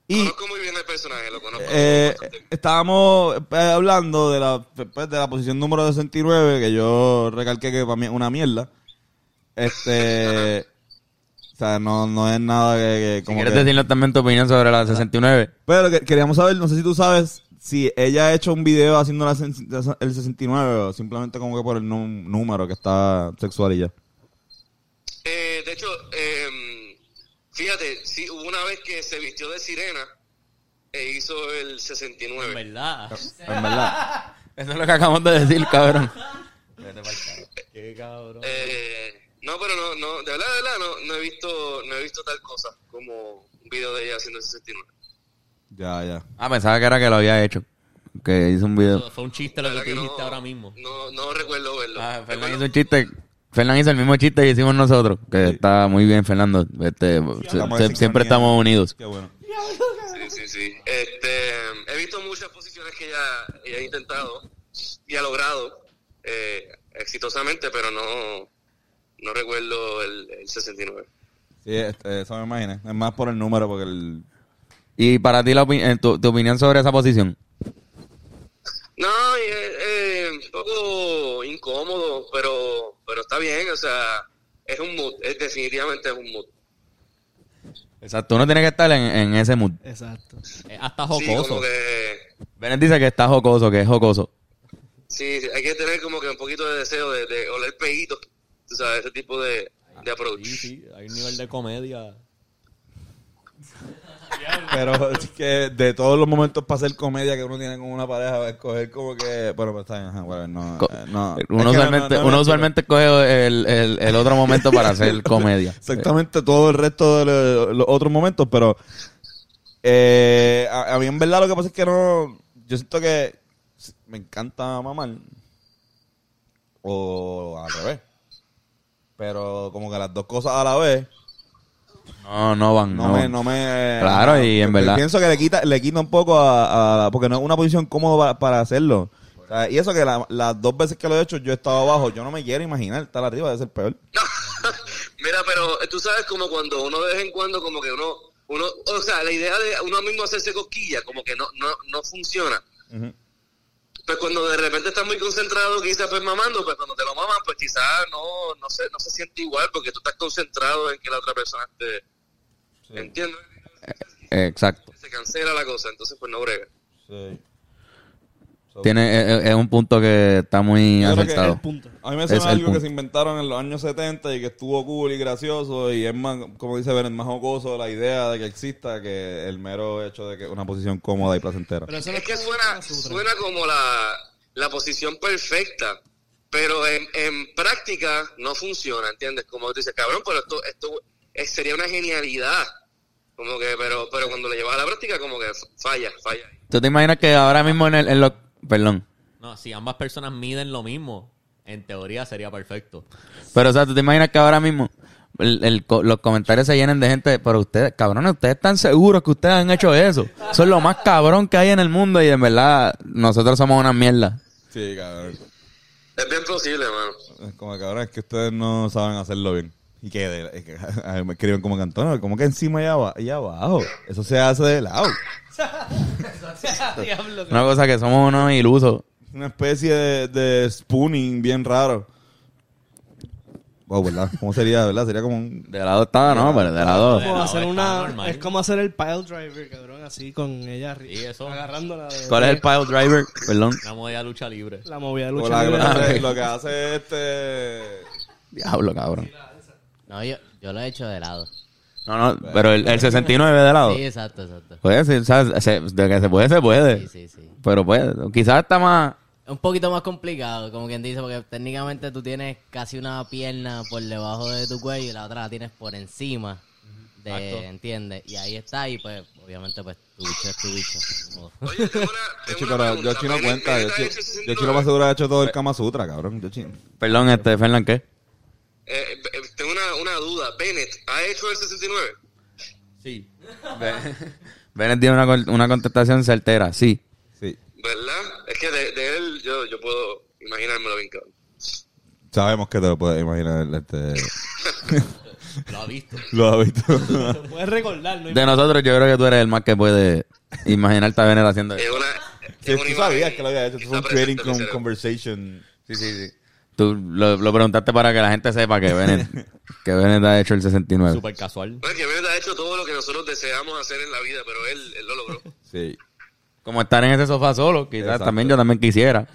S3: Y
S8: Conozco muy bien el personaje, lo conozco.
S3: eh,
S8: bastante bien.
S3: estábamos eh, hablando de la, pues, de la posición número 69, que yo recalqué que para mí es una mierda. Este. o sea, no, no es nada que. que como
S4: ¿Quieres
S3: que-
S4: decirnos también tu opinión sobre la 69?
S3: Pero que- queríamos saber, no sé si tú sabes si ella ha hecho un video haciendo la sen- el 69 o simplemente como que por el num- número que está sexual y ya.
S8: Eh, de hecho, eh, fíjate, sí, hubo una vez que se vistió de sirena e hizo el 69.
S5: ¿Verdad?
S3: En verdad.
S4: Eso es lo que acabamos de decir, cabrón.
S8: Eh, no, pero no, no, de verdad, de verdad, no, no he visto, no he visto tal cosa como un video de ella haciendo el 69.
S3: Ya, ya.
S4: Ah, pensaba que era que lo había hecho. Que hizo un video.
S5: Fue un chiste lo que
S8: ¿Verdad
S5: tú
S8: que
S5: dijiste
S8: no,
S5: ahora mismo.
S8: No, no recuerdo verlo.
S4: Ah, Fernán
S8: Recuerdo-
S4: hizo un chiste. Fernán hizo el mismo chiste que hicimos nosotros. Que está muy bien, Fernando. Este, se-
S3: Estamos
S4: se-
S3: en
S4: siempre
S3: sintonía.
S4: estamos unidos.
S3: Qué bueno.
S8: Sí, sí, sí. Este, he visto muchas posiciones que ella, ella ha intentado y ha logrado eh, exitosamente, pero no, no recuerdo el, el 69.
S3: Sí, este, eso me imagino. Es más por el número, porque el.
S4: Y para ti, la opi- eh, tu, tu opinión sobre esa posición.
S8: No, y es eh, un poco incómodo, pero, pero está bien, o sea, es un mood, es, definitivamente es un mood.
S4: Exacto, uno tiene que estar en, en ese mood.
S6: Exacto.
S5: Es hasta
S8: Sí, como
S5: jocoso.
S8: que,
S4: Bennett dice que está jocoso, que es jocoso.
S8: sí, sí, hay que tener como que un poquito de deseo de, de oler peguito, tú sabes, ese tipo de, de approach.
S5: Ah, Sí, sí, hay un nivel de comedia.
S3: Pero es que de todos los momentos para hacer comedia que uno tiene con una pareja, escoger como que. Bueno, pues está bien, ajá, whatever, no.
S4: Co-
S3: eh, no. Es que no-
S4: Uno usualmente,
S3: no- no-
S4: uno
S3: no-
S4: usualmente coge el, el- el otro momento para hacer comedia.
S3: Exactamente todo el resto de lo- los otros momentos, pero. eh, a, a mí en verdad lo que pasa es que no. Yo siento que me encanta mamar. O al revés. Pero como que las dos cosas a la vez.
S4: Eh, No, no van.
S3: No,
S4: No,
S3: me,
S4: van.
S3: no me.
S4: Claro, y
S3: yo-
S4: en
S3: yo
S4: verdad.
S3: Pienso que le quita, le quita un poco a, a- Porque no es una posición cómoda pa- para hacerlo. O sea, y eso que la- las dos veces que lo he hecho, yo he estado abajo. Yo no me quiero imaginar estar arriba, debe ser peor.
S8: Mira, pero eh, tú sabes como cuando uno de vez en cuando como que uno, uno, o sea, la idea de uno mismo hacerse cosquilla como que no, no, no funciona.
S3: Ujú.
S8: Pues cuando de repente estás muy concentrado, quizás pues mamando, pues cuando te lo maman, pues quizás no, no sé, no se siente igual porque tú estás concentrado en que la otra persona esté, ¿entiendes?
S4: Exacto.
S8: Se cancela la cosa, entonces pues no brega.
S3: Sí.
S4: Tiene, es- es, es un punto que está muy
S3: Yo creo que
S4: acertado.
S3: el
S6: Punto.
S3: A mí me
S4: Es
S3: suena
S4: el
S3: algo que
S4: punto.
S3: se inventaron en los años 70 y que estuvo cool y gracioso y es más, como dice Beren, más jocoso la idea de que exista que el mero hecho de que una posición cómoda y placentera.
S6: Pero eso no
S8: Es que
S6: está-
S8: suena, suena como la, la posición perfecta, pero en, en práctica no funciona, ¿entiendes? Como tú dices, cabrón, pero esto, esto es- sería una genialidad. Como que, pero, pero cuando le llevas a la práctica, como que falla, falla.
S4: ¿Tú te imaginas que ahora mismo en, el, en los... Perdón.
S5: No, si ambas personas miden lo mismo, en teoría sería perfecto.
S4: Pero, o sea, ¿tú te imaginas que ahora mismo el- el co- los comentarios se llenen de gente? Pero ustedes, cabrones, ¿ustedes están seguros que ustedes han hecho eso? Son lo más cabrón que hay en el mundo y en verdad nosotros somos una mierda.
S3: Sí, cabrón.
S8: Es bien posible, mano.
S3: Es Como cabrón, es que ustedes no saben hacerlo bien. Y que, de- es que- a mí me escriben como cantón, como que encima y, aba- y abajo. Eso se hace de lado.
S6: Diablo,
S4: Una cosa que somos unos ilusos.
S3: Una especie de, de spooning bien raro. Wow, ¿verdad? ¿Cómo sería, verdad? Sería como un...
S4: De lado estaba, no, pero de lado.
S6: Es como
S5: No,
S6: hacer
S5: está
S6: una-
S5: normal.
S6: es como hacer el pile driver, cabrón, así con ella arri-
S5: Sí, eso.
S6: agarrándola. de-
S4: ¿Cuál es el pile driver? Perdón.
S5: Una modalidad de lucha libre.
S6: La movida de
S3: o
S6: lucha
S3: la- lo, que
S6: libre.
S3: hace, lo que hace este...
S4: Diablo, cabrón.
S7: No, yo, yo lo he hecho de lado.
S4: No, no, pero el, el 69 de
S8: Oh.
S4: lado.
S7: Sí, exacto, exacto.
S4: Puede ser, o sea, se- de que se puede, se
S7: Sí,
S4: puede.
S7: sí, sí.
S4: Pero puede. Quizás está más...
S7: Un poquito más complicado, como quien dice, porque técnicamente tú tienes casi una pierna por debajo de tu cuello y la otra la tienes por encima. De, ¿Entiendes? Y ahí está, y pues, obviamente, pues, tu bicho es tu bicho. ni modo.
S8: Oye, tengo una,
S3: Yoshi, pero
S8: tengo una pregunta.
S3: Yoshi no
S8: Ven-
S3: cuenta.
S8: ven acá,
S3: Yoshi,
S8: Yoshi,
S3: Yoshi lo más seguro ha hecho todo el Kama Sutra, cabrón. Yoshi.
S4: Perdón, este, Fernán, ¿qué?
S8: eh, eh, tengo una, una duda. Bennett, ¿ha hecho el 69?
S5: Sí.
S4: Bennett tiene una, col- una contestación certera, sí.
S3: Sí.
S8: ¿Verdad? Es que de, de él yo, yo puedo imaginármelo bien cabrón.
S3: Sabemos que te lo puedes imaginar. Este,
S5: Lo ha visto.
S3: lo has visto.
S6: Lo puedes recordar, ¿no?
S4: De nosotros, yo creo que tú eres el más que puede imaginarte a Bennett haciendo
S8: Es
S4: eso.
S8: una,
S3: Sí,
S8: es una
S3: tú sabías
S8: imagen
S3: que lo había hecho.
S8: que
S3: Esto fue un
S8: está
S3: creating
S8: presente en mi
S3: con-
S8: cerebro.
S3: conversation.
S4: Sí, sí, sí. Tú lo, lo preguntaste para que la gente sepa que Bennett, que Bennett ha hecho el 69.
S5: Súper casual.
S8: Bueno, que Bennett Pues, ha hecho todo lo que nosotros deseamos hacer en la vida, pero él, él lo logró.
S3: Sí.
S4: Como estar en ese sofá solo, quizás
S3: Exacto.
S4: también yo también quisiera.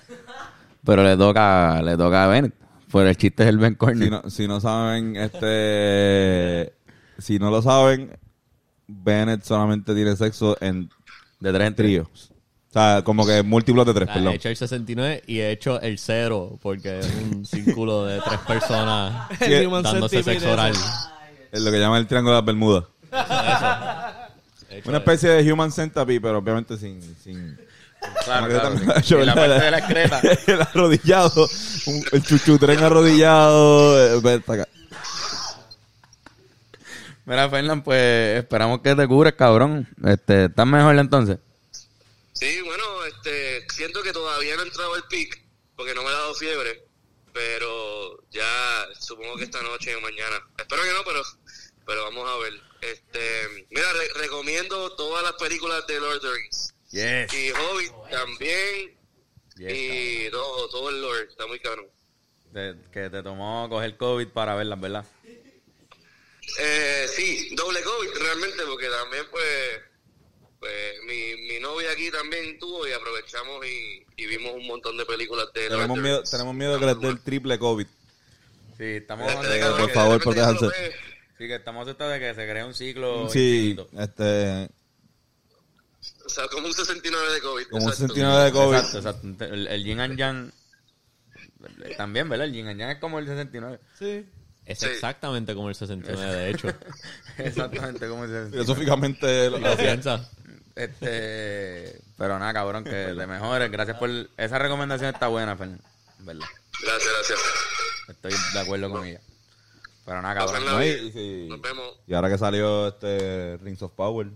S4: Pero le toca, le toca a Bennett. Por el chiste es el Ben Corner.
S3: Si no, si no saben, este. si no lo saben, Bennett solamente tiene sexo en
S4: de tres en trío.
S3: tríos. O sea, como que múltiplos de tres,
S5: Ah, He
S3: perdón.
S5: hecho el 69 y he hecho el cero porque es un círculo de tres personas
S6: El human
S5: dándose
S6: centipede
S5: sexo oral.
S6: ese.
S3: Es lo que llaman el triángulo de las Bermudas.
S5: He hecho
S3: Una
S5: eso.
S3: especie de human centipede, pero obviamente sin. sin Como
S4: Claro,
S3: que también-
S4: Y la parte de la excreta.
S3: el arrodillado. un- el chuchutren arrodillado. eh, ven hasta acá.
S4: Mira, Fernán, pues esperamos que te cures, cabrón. Este, ¿Estás mejor entonces?
S8: Sí, bueno, este, siento que todavía no he entrado al pic porque no me ha dado fiebre, pero ya supongo que esta noche o mañana. Espero que no, pero pero vamos a ver. Este, mira, re- recomiendo todas las películas de Lord of the Rings
S4: Yes.
S8: y Hobbit también y todo, todo el Lord, está muy caro.
S4: que te tomó coger COVID para verlas, ¿verdad?
S8: Eh, sí, doble COVID realmente, porque también pues, pues mi, mi novia aquí también tuvo y aprovechamos y, y vimos un montón de películas de Lord of
S3: Tenemos
S8: the
S3: miedo,
S8: Rings.
S3: tenemos miedo que les dé el triple COVID.
S4: Sí, estamos
S3: Eh,
S8: Cabrón,
S3: por
S8: que
S3: favor,
S8: Este, de repente ya
S3: protéjanse.
S8: lo ves.
S4: Sí, que estamos asustados de que se crea un ciclo
S3: Sí,
S4: infinito.
S3: este.
S8: O sea, como un 69 de COVID.
S3: Como un
S8: exacto.
S3: 69 de COVID.
S4: Exacto, exacto. El, el yin and yang eh, también, ¿verdad? El yin and yang es como el 69.
S6: Sí.
S5: Es
S8: Sí.
S5: exactamente como el 69, de hecho.
S4: Exactamente como el 69.
S3: Filosóficamente. lo-
S5: Lo piensa.
S4: Este, pero nada, cabrón, que te mejores. Gracias por... Esa recomendación está buena, Fernando. ¿Verdad?
S8: Gracias, gracias.
S4: Estoy de acuerdo con ella. Pero nada, cabrón.
S8: Pásenla
S3: no,
S8: bien.
S3: y- sí.
S8: Nos vemos.
S3: Y ahora que salió este Rings of Power.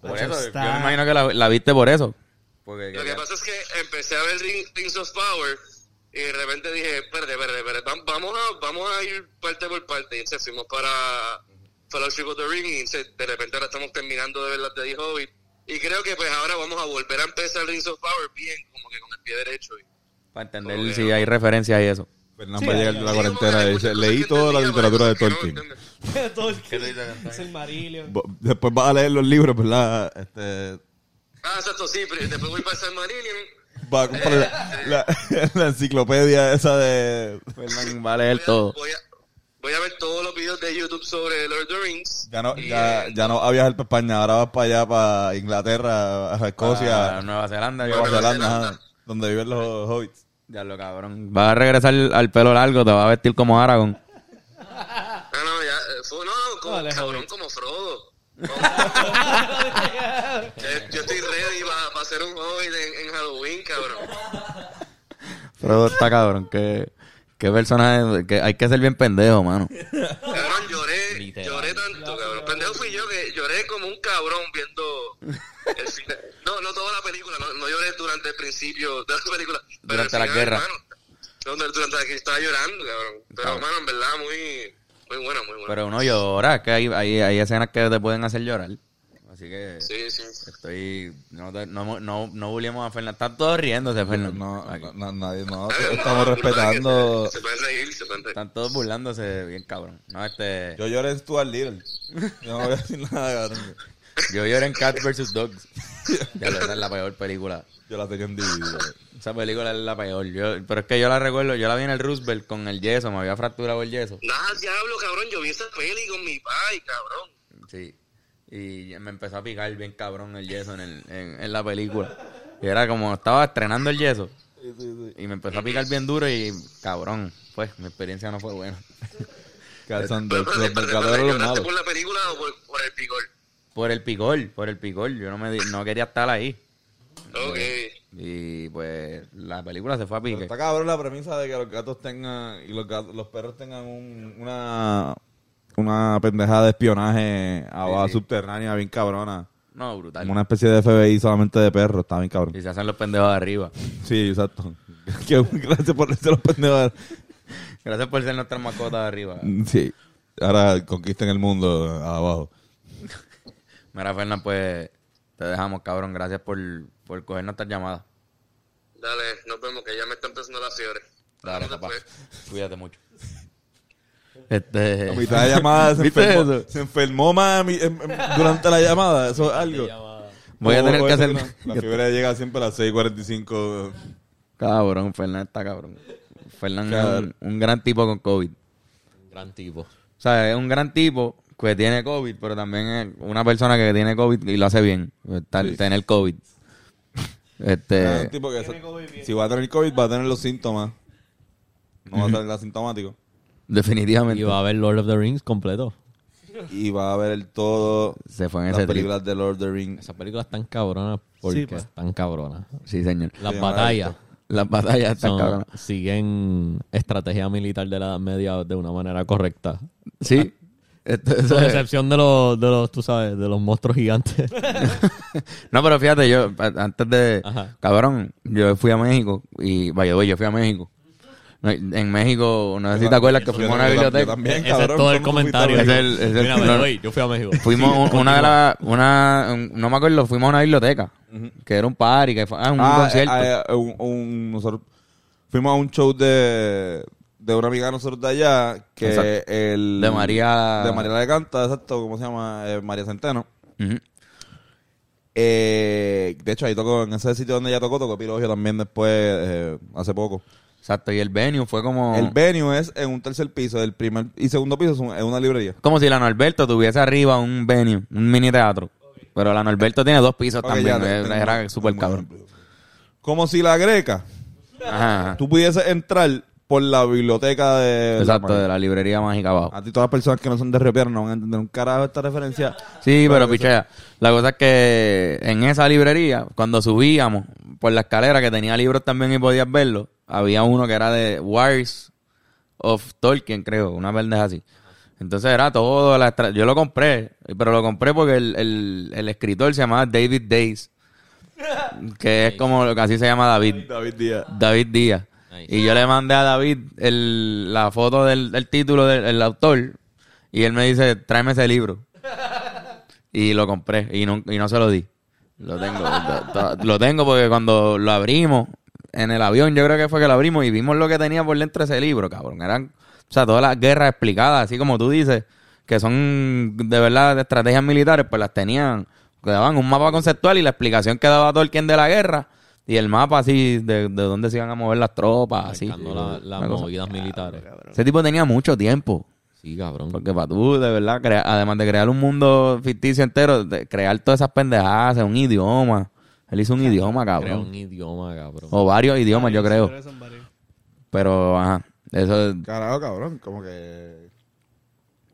S4: Por
S6: Nacho
S4: eso, yo
S6: está-
S4: me imagino que la, la viste por eso. Porque
S8: Lo que pasa es que empecé a ver Ring- Rings of Power y de repente dije, espérate, espérate, espérate, vam- vamos a, vamos a ir parte por parte. Y entonces fuimos para Fellowship of the Ring y entonces de repente ahora estamos terminando de ver las de The Hobbit. Y creo que pues ahora vamos a volver a empezar Rings of Power bien, como que con el pie derecho. Y...
S4: para entender si hay referencias y eso.
S3: Fernán
S6: Sí,
S3: va a llegar
S6: ahí-
S3: de la
S8: Sí, como que
S3: cuarentena
S8: hay
S3: y
S8: muchas
S3: dice,
S8: cosas
S3: leí
S8: que
S3: toda la
S8: entendía,
S3: literatura de
S8: pero cosas
S3: Tolkien.
S8: que no entendía.
S6: Todo el Es el Marillion.
S3: Bo- Después vas a leer los libros, ¿verdad? Este,
S8: Ah, exacto, sí, pero después voy para San Marillion.
S3: va a comprar la, la- la enciclopedia esa de...
S4: Fernán, va a leer
S8: voy a-
S4: todo.
S8: Voy a, voy a ver todos los videos de YouTube sobre Lord of the Rings.
S3: Ya no,
S8: Y,
S3: ya,
S8: eh,
S3: ya no vas a viajar para España, ahora vas para allá, para Inglaterra, a Escocia,
S8: Ah,
S4: Para Ah, Nueva Zelanda. yo
S3: Nueva
S4: creo.
S3: Zelanda,
S8: Zelanda.
S3: ajá, donde viven los hobbits.
S4: Ya lo cabrón. Va a regresar al pelo largo, te va a vestir como Aragón.
S8: No, no, ya. eh, fue- no, no, como,
S6: Dale,
S8: cabrón,
S6: joven.
S8: como Frodo. Como- Eh, yo estoy ready para hacer un hobbit en, en Halloween, cabrón.
S4: Pero está cabrón, que, que personaje, que hay que ser bien pendejo, mano.
S8: Cabrón, lloré,
S5: Literal.
S8: lloré tanto, cabrón. Pendejo fui yo que lloré como un cabrón viendo el final. No, no toda la película, no, no lloré durante el principio de la película. pero el
S4: Durante la
S8: final,
S4: guerra.
S8: hermano, no, no, durante la que estaba llorando, cabrón. Pero,
S4: Cabrón.
S8: hermano, en verdad, muy, muy buena, muy buena.
S4: Pero uno llora, es que hay, hay, hay escenas que te pueden hacer llorar. Así que
S8: Sí, sí.
S4: estoy... No, te- no, no, no bulliemos a Fernán. Están todos riéndose, Fernán.
S3: No,
S4: Aquí.
S3: no, no, nadie, no,
S8: A ver,
S3: estamos
S8: no,
S3: respetando...
S8: Se pueden reír, se pueden reír.
S4: Están todos burlándose bien cabrón. No, este...
S3: Yo lloré en Stuart Little. Yo no voy a decir nada, cabrón.
S4: Yo lloré en Cat vs. Dogs. Ya lo, esa es la peor película.
S3: Yo la tenía en DVD. güey.
S4: Esa película es la peor. Yo- pero es que yo la recuerdo, yo la vi en el Roosevelt con el yeso, me había fracturado el yeso.
S8: Nada, diablo, cabrón. Yo vi esa peli con mi pai, cabrón.
S4: Sí. Y me empezó a picar bien cabrón el yeso en, el- en- en la película. Y era como estaba estrenando el yeso. Y me empezó a picar bien duro y cabrón, pues mi experiencia no fue buena.
S3: Calzan de
S8: Pero,
S3: los
S8: pero, pero,
S3: mercaderos
S8: pero,
S3: los
S8: ¿lloraste por
S3: malos.
S8: la película o por, por el picor?
S4: Por el picor, por el picor, yo no me di- no quería estar ahí.
S8: Ok.
S4: Y pues la película se fue a
S3: Pero
S4: pique.
S3: está cabrón la premisa de que los gatos tengan y los, gatos- los perros tengan un- una, una pendejada de espionaje a base subterránea bien cabrona.
S4: No, brutal.
S3: Como una especie de FBI solamente de perros, está bien cabrón.
S4: Y se hacen los pendejos de arriba.
S3: Sí, exacto. Que- Gracias por ser los pendejos.
S4: Gracias por ser nuestra mascota de arriba.
S3: Sí. Ahora conquisten el mundo ah, abajo.
S4: Mira, Fernan, pues te dejamos, cabrón. Gracias por, por coger nuestras llamadas.
S8: Dale, nos vemos, que ya me está empezando la fiebre.
S4: Dale,
S8: Hablamos
S4: papá.
S8: después.
S3: pues.
S4: Cuídate mucho. Este.
S3: La mitad de la llamada se
S4: ¿Viste
S3: enfermó,
S4: eso?
S3: se enfermó mami em- em- durante la llamada. Eso es algo.
S4: Voy a
S3: Como
S4: tener que
S3: eso
S4: hacer.
S3: una- La fiebre llega siempre a las 6.45.
S4: Cabrón, Fernán está cabrón. Fernán es
S3: Cabrón.
S4: un, un gran tipo con COVID.
S5: Gran tipo.
S4: O sea, es un gran tipo que tiene COVID, pero también es una persona que tiene COVID y lo hace bien. Está- Tener COVID.
S3: Es
S4: Este.
S3: un tipo que se- si va a tener COVID, va a tener los síntomas. No va a ser asintomático.
S4: Definitivamente.
S5: Y va a ver Lord of the Rings completo.
S3: Y va a ver el todo.
S4: Se fue en
S3: Las
S4: ese trip.
S3: películas de Lord of the Rings.
S5: Esas películas están cabronas porque
S6: pa.
S5: están cabronas.
S4: Sí, señor.
S5: Las
S3: Sí,
S5: batallas
S4: Las batallas están
S5: son-
S4: cabronas.
S5: siguen estrategia militar de la Edad Media de una manera correcta.
S4: Sí. Esto- eso
S5: Con
S4: es-
S5: excepción de los, de los, tú sabes, de los monstruos gigantes.
S4: No, pero fíjate, yo a- antes de...
S5: Ajá.
S4: Cabrón, yo fui a México y... Vaya, the way, yo fui a México. No, En México, no sé si te acuerdas que fuimos a una
S3: Yo tam- yo
S4: biblioteca.
S3: también,
S5: Ese
S3: cabrón,
S5: es todo el
S3: ¿cómo tú fuiste a
S5: comentario.
S4: México?
S5: Ese
S4: Es el- es el-
S5: Mira, me
S4: no,
S5: doy, yo fui a México.
S4: Fuimos un- una de las... Una, un- no me acuerdo, fuimos a una biblioteca. Que era un party, que fue ah, un
S3: Ah,
S4: concierto.
S3: eh, eh, un- un- nosotros fuimos a un show de, de una amiga de nosotros de allá, que
S4: Exacto.
S3: el...
S4: De María-
S3: De María de Canta, exacto, ¿cómo se llama? Eh, María Centeno.
S4: Ujú.
S3: Eh, de hecho, ahí tocó, en ese sitio donde ella tocó, tocó Pilogio también después, eh, hace poco.
S4: Exacto, y el venue fue como...
S3: El venue es en un tercer piso, el primer y segundo piso es un- es una librería.
S4: como si la Norberto tuviese arriba un venue, un mini teatro. Pero la Norberto tiene dos pisos
S3: Ok,
S4: también.
S3: ya te-
S4: era
S3: tengo-
S4: era súper
S3: tengo
S4: cabrón.
S3: un ejemplo. Como si la greca,
S4: Ajá, ajá.
S3: tú eh, pudieses entrar por la biblioteca de...
S4: Exacto, de la librería mágica abajo.
S3: A ti todas las personas que no son de Río Piedras no van a entender un carajo esta referencia.
S4: Sí, pero pichea. La cosa es que en esa librería, cuando subíamos por la escalera que tenía libros también y podías verlos, había uno que era de Wars of Tolkien, creo, una pendeja así. Entonces era todo. La estra- Yo lo compré, pero lo compré porque el, el- el escritor se llamaba David Days, que es como lo que así se llama David.
S3: David Díaz.
S4: David Díaz.
S5: Nice.
S4: Y yo le mandé a David el- la foto del, del título del el autor y él me dice, tráeme ese libro. Y lo compré y no, y no se lo di. Lo tengo, to- to- lo tengo porque cuando lo abrimos en el avión, yo creo que fue que lo abrimos y vimos lo que tenía por dentro ese libro, cabrón. Eran, o sea, todas las guerras explicadas, así como tú dices, que son de verdad de estrategias militares, pues las tenían, daban un mapa conceptual y la explicación que daba Tolkien de la guerra y el mapa así de, de dónde se iban a mover las tropas, así.
S5: Marcando la- las
S4: Una cosa.
S5: movidas militares.
S4: Ese tipo tenía mucho tiempo.
S5: Sí, cabrón.
S4: Porque para tú, de verdad, crea- además de crear un mundo ficticio entero, de crear todas esas pendejadas, un idioma. Él hizo un idioma,
S5: Crea
S4: cabrón.
S5: un idioma, cabrón.
S4: O varios idiomas, yo creo.
S6: Pero son varios.
S4: Pero, ajá. Eso,
S9: Carajo, cabrón, como que...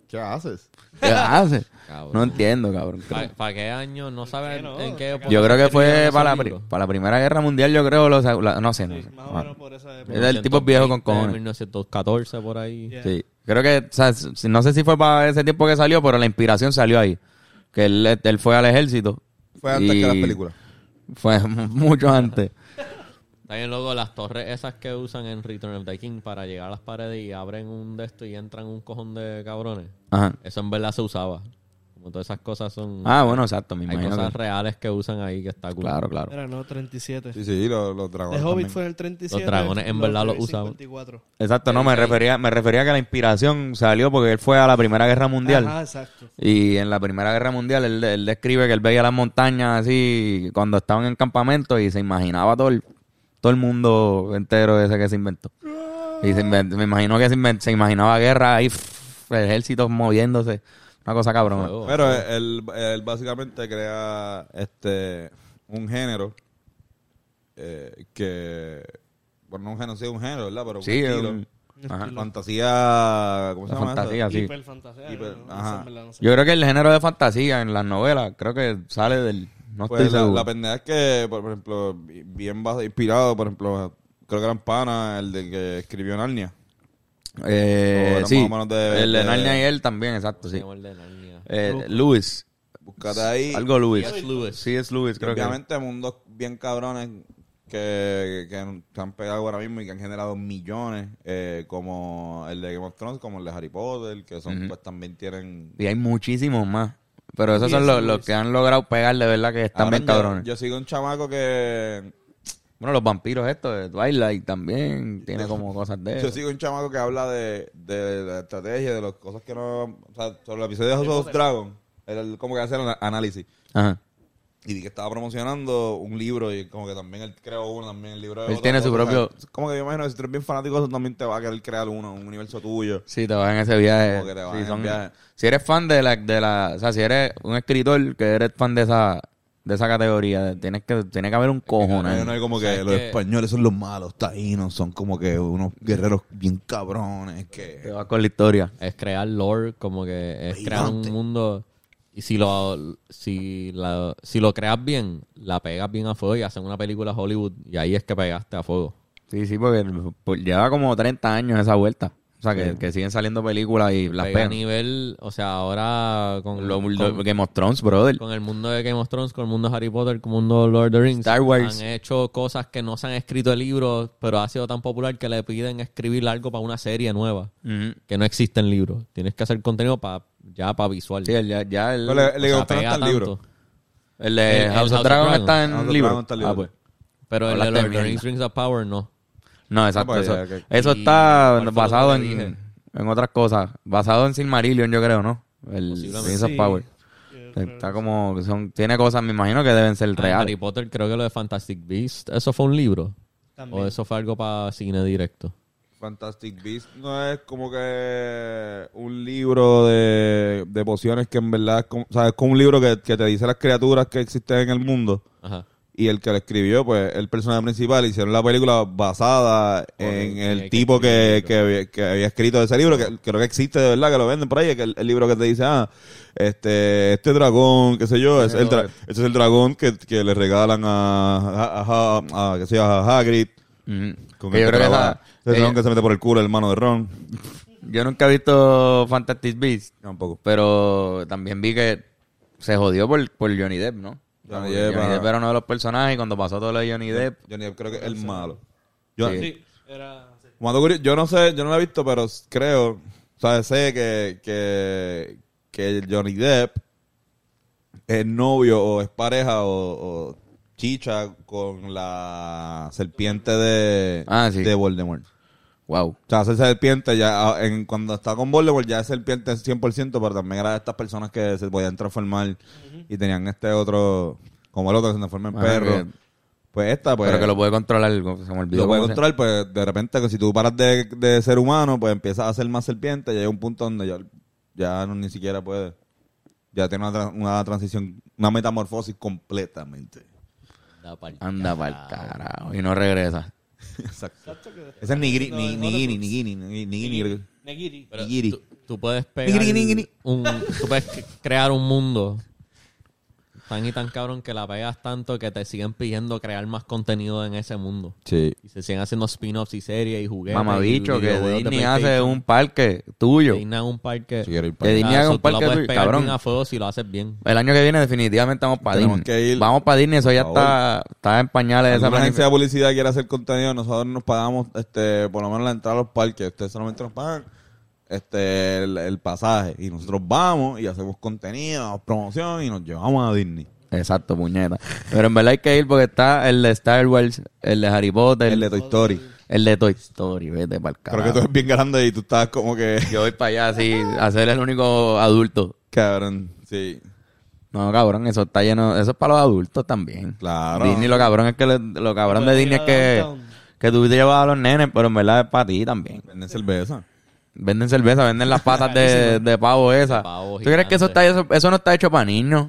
S9: ¿Qué haces?
S4: ¿qué hace?
S5: Cabrón.
S4: No entiendo, cabrón.
S5: ¿Para qué año? No saben
S6: no?
S5: en qué época
S4: Yo creo que fue
S5: escribieron
S4: para la,
S5: esos
S4: pri-
S5: libros.
S4: para la Primera Guerra Mundial, yo creo, los, la- no sé. no sé.
S6: Más o
S4: Ah,
S6: menos por esa época.
S4: Era el tipo viejo con
S5: 1920,
S4: cojones.
S5: 1914 por ahí.
S6: Yeah.
S4: Sí. Creo que, o sea, s- no sé si fue para ese tiempo que salió, pero la inspiración salió ahí. Que él, él fue al ejército.
S3: Fue antes
S4: Y
S3: que las películas.
S4: Fue mucho antes.
S5: También luego las torres esas que usan en Return of the King para llegar a las paredes y abren un de esto y entran un cojón de cabrones.
S4: Ajá.
S5: Eso en verdad se usaba. Como todas esas cosas son...
S4: Ah, bueno, exacto, me
S5: hay
S4: imagino.
S5: cosas
S4: que-
S5: reales que usan ahí que está cool.
S4: Claro, claro.
S6: Era, no, 37.
S3: Sí, sí, los, los
S6: The
S3: dragones.
S6: Hobbit
S3: también.
S6: fue en el 37.
S5: Los dragones en verdad los
S6: Reyes
S5: usaban.
S6: 54.
S4: Exacto, no, me refería, me refería a que la inspiración salió porque él fue a la Primera Guerra Mundial.
S6: Ah, exacto.
S4: Y en la Primera Guerra Mundial él, él describe que él veía las montañas así cuando estaban en campamento y se imaginaba todo el, todo el mundo entero ese que se inventó. Y se inven- me imagino que se, inven- se imaginaba guerra ahí, pff, ejércitos moviéndose. Una cosa cabrona.
S5: Fuego.
S3: Pero él, él básicamente crea este un género eh, que... Bueno, no un género, sí, un género, ¿verdad? Pero un
S4: Sí, es
S3: estilo.
S4: un- ajá.
S3: Fantasía... ¿Cómo se
S4: La
S3: llama eso?
S4: fantasía, sí.
S6: Hiperfantasía,
S3: Hiper-
S6: no, no sé,
S3: ajá.
S6: en verdad, no sé.
S4: Yo creo que el género de fantasía en las novelas creo que sale del, No
S3: Pues
S4: estoy
S3: la,
S4: seguro.
S3: la pendeja es que, por por ejemplo, bi- bien bas- inspirado, por ejemplo, creo que eran pana, el del que escribió Narnia.
S4: Eh,
S3: o era
S4: sí.
S3: más o menos de-
S4: el de
S3: de-
S4: Narnia y él también, exacto, sí.
S5: Amor de Narnia.
S4: Eh, Lewis.
S3: Búscate ahí.
S4: Algo Lewis.
S5: C.S. Lewis.
S4: Sí, es Lewis,
S3: Y
S4: creo que.
S3: obviamente mundos bien cabrones que, que se han pegado ahora mismo y que han generado millones, eh, como el de Game of Thrones, como el de Harry Potter, que son,
S4: Ujú.
S3: pues también tienen...
S4: Y hay muchísimos más. Pero esos
S6: Sí,
S4: son
S6: ese
S4: los, los
S6: Lewis.
S4: que han logrado pegar de verdad que están
S3: Ahora
S4: bien
S3: yo-
S4: cabrones.
S3: Yo, sigo un chamaco que...
S4: Bueno, los vampiros estos de Twilight también tiene como cosas de
S3: Yo
S4: eso.
S3: sigo un chamaco que habla de, de la estrategia, de las cosas que no... O sea, sobre el episodio de House of Dragon, él como que hace el ana- análisis.
S4: Ajá.
S3: y vi que estaba promocionando un libro y como que también él creó uno, también el libro de
S4: Él
S3: otro,
S4: tiene su
S3: otro, o sea,
S4: propio-
S3: como que yo imagino que si tú eres bien fanático, eso también te va a querer crear uno, un universo tuyo.
S4: Sí, te vas en ese viaje.
S3: Como que te vas
S4: Sí,
S3: en
S4: son-
S3: viaje.
S4: Si eres fan de la, de la, o sea, si eres un escritor que eres fan de esa, de esa categoría, de- tienes que, tiene que haber un
S3: No,
S4: cojonal.
S3: no es como que
S5: ¿Sabes
S3: los
S5: qué?
S3: españoles son los malos, taínos son como que unos guerreros bien cabrones
S4: Te
S3: que...
S4: vas con la historia.
S5: Es crear lore, como que es
S3: Gigante.
S5: crear un mundo. Y si lo, si, la, si lo creas bien, la pegas bien a fuego y hacen una película Hollywood y ahí es que pegaste a fuego.
S4: Sí, sí, porque pues, lleva como 30 años esa vuelta. O sea, que, que siguen saliendo películas y las
S5: Pega a
S4: pegan.
S5: nivel, o sea, ahora con,
S4: Lo-
S5: con-
S4: lo- Game of Thrones, brother.
S5: con el mundo de Game of Thrones, con el mundo de Harry Potter, con el mundo de Lord of the Rings.
S4: Star Wars.
S5: Han hecho cosas que no se han escrito en libros, pero ha sido tan popular que le piden escribir algo para una serie nueva
S4: Ujú.
S5: que no existe en libros. Tienes que hacer contenido para ya para visual.
S4: Sí, el- ya, ya el,
S3: Pero le-
S5: O
S3: le
S5: sea,
S3: gusta
S5: pega
S3: hasta el libro.
S5: tanto.
S4: el de
S5: el- el
S4: House of Dragon está en
S3: House of
S4: libro.
S3: Dragon está en libro.
S4: Ah, pues.
S5: Pero el de
S4: Hablaste
S5: Lord
S4: de
S5: of the
S4: mierda.
S5: Rings Rings of Power no.
S4: No, exacto.
S3: pues,
S4: eso
S3: ya, que-
S4: eso
S5: y-
S4: está
S5: ¿cuál fue
S4: basado
S5: lo que dije?
S4: en, en otras cosas. Basado en Silmarillion, yo creo, ¿no? El
S5: Posiblemente.
S4: Rings of
S6: Sí.
S4: Power.
S6: Yo creo
S4: Está como... que Son, tiene cosas, me imagino, que deben ser
S5: Ah, Harry
S4: reales.
S5: Potter creo que lo de Fantastic Beast, ¿eso fue un libro?
S6: También.
S5: ¿O eso fue algo para cine directo?
S3: Fantastic Beast no es como que un libro de, de pociones que en verdad es como, o sea, es como un libro que, que te dice las criaturas que existen en el mundo.
S5: Ajá.
S3: Y el que lo escribió, pues, el personaje principal, hicieron la película basada en el tipo que, que, que había escrito ese libro, que creo que existe de verdad, que lo venden por ahí, que el, el libro que te dice, ah, este, este dragón, qué sé yo, es el dra- este es el dragón que, que le regalan a, a, a- a- qué sé yo, a Hagrid.
S4: Ujú.
S3: Con
S4: Que
S3: el
S4: yo
S3: que
S4: creo que
S3: trabaja.
S4: esa- eh,
S3: Ese dragón
S4: ella-
S3: que se mete por el culo, el hermano de Ron.
S4: Yo nunca he visto Fantastic Beasts,
S3: Tampoco.
S4: pero también vi que se jodió por, por Johnny Depp, ¿no?
S3: Johnny
S4: Porque
S3: Depp, ajá.
S4: era uno de los personajes y cuando pasó todo lo de Johnny Depp...
S3: Johnny Depp creo que es el malo. Yo,
S4: Sí.
S6: Sí, era... sí.
S3: Como dato curioso, yo no sé, yo no la he visto, pero creo, o sea, sé que, que, que Johnny Depp es novio o es pareja o, o chicha con la serpiente de,
S4: Ah, sí.
S3: de Voldemort.
S4: Wow.
S3: O sea, esa serpiente ya, ah, en, cuando está con Voldemort ya es serpiente 100%, pero también era de estas personas que se podían transformar y tenían este otro, como el otro, que se transforma en
S4: Ajá,
S3: perro.
S4: que-
S3: Pues esta, pues...
S4: pero que lo puede controlar, se me olvidó.
S3: Lo puede
S4: cómo se-
S3: controlar, pues de repente, que si tú paras de, de ser humano, pues empiezas a ser más serpiente. Y llega un punto donde ya, ya no, ni siquiera puede. Ya tiene una, tra- una transición, una metamorfosis completamente.
S5: Da pa'l
S4: Anda para el carajo y no regresa.
S3: Exacto.
S6: Exacto que-
S3: Ese es Nigiri, ni-
S6: No,
S3: Nigiri,
S6: no,
S3: Nigiri, Nigiri, Nigiri.
S6: Negiri.
S5: Pero
S3: Nigiri.
S5: Tú, tú puedes pegar
S3: Nigiri, nigiri.
S5: un, tú puedes c- crear un mundo tan y tan cabrón que la pegas tanto que te siguen pidiendo crear más contenido en ese mundo.
S3: Sí.
S5: Y se siguen haciendo spin-offs y series y juguetes.
S4: Mamabicho,
S5: y
S4: que
S5: videojuegos de
S4: Disney hace
S5: PlayStation.
S4: un parque tuyo.
S5: Disney hace un parque.
S3: Sí, era el
S4: Que Disney
S5: Ah,
S4: haga
S5: eso
S4: un
S5: tú la
S4: parque
S5: puedes
S4: tuyo,
S5: pegar bien
S4: cabrón.
S5: a fuego si lo haces bien.
S4: El año que viene definitivamente vamos para
S3: Tenemos
S4: Disney.
S3: que ir.
S4: Vamos para Disney, eso ya
S3: Por favor.
S4: está, está en pañales.
S3: Si
S4: Esa
S3: una agencia de
S4: planific-
S3: publicidad quiere hacer contenido, nosotros nos pagamos este, por lo menos la entrada a los parques. Ustedes solamente nos pagan este, el, el pasaje. Y nosotros vamos y hacemos contenido, hacemos promoción y nos llevamos a Disney.
S4: Exacto, puñeta. Pero en verdad hay que ir porque está el de Star Wars, el de Harry Potter,
S3: El de Toy Story.
S4: el de Toy Story. Vete para el
S3: Creo que
S4: carajo.
S3: tú eres bien grande y tú estás como que.
S4: Yo voy para allá así, a ser el único adulto.
S3: Cabrón, sí.
S4: No, cabrón, eso está lleno. Eso es para los adultos también.
S3: Claro.
S4: Disney, lo cabrón es que le- lo cabrón de
S6: Puedes
S4: Disney
S6: ir
S4: es
S6: a
S4: que,
S6: Downtown.
S4: que tú te llevas a los nenes, pero en verdad es para ti también.
S3: Venden cerveza.
S4: Venden cerveza, venden las patas de, de pavo esas.
S5: Pavo
S4: ¿Tú crees que eso está eso, eso no está hecho para niños?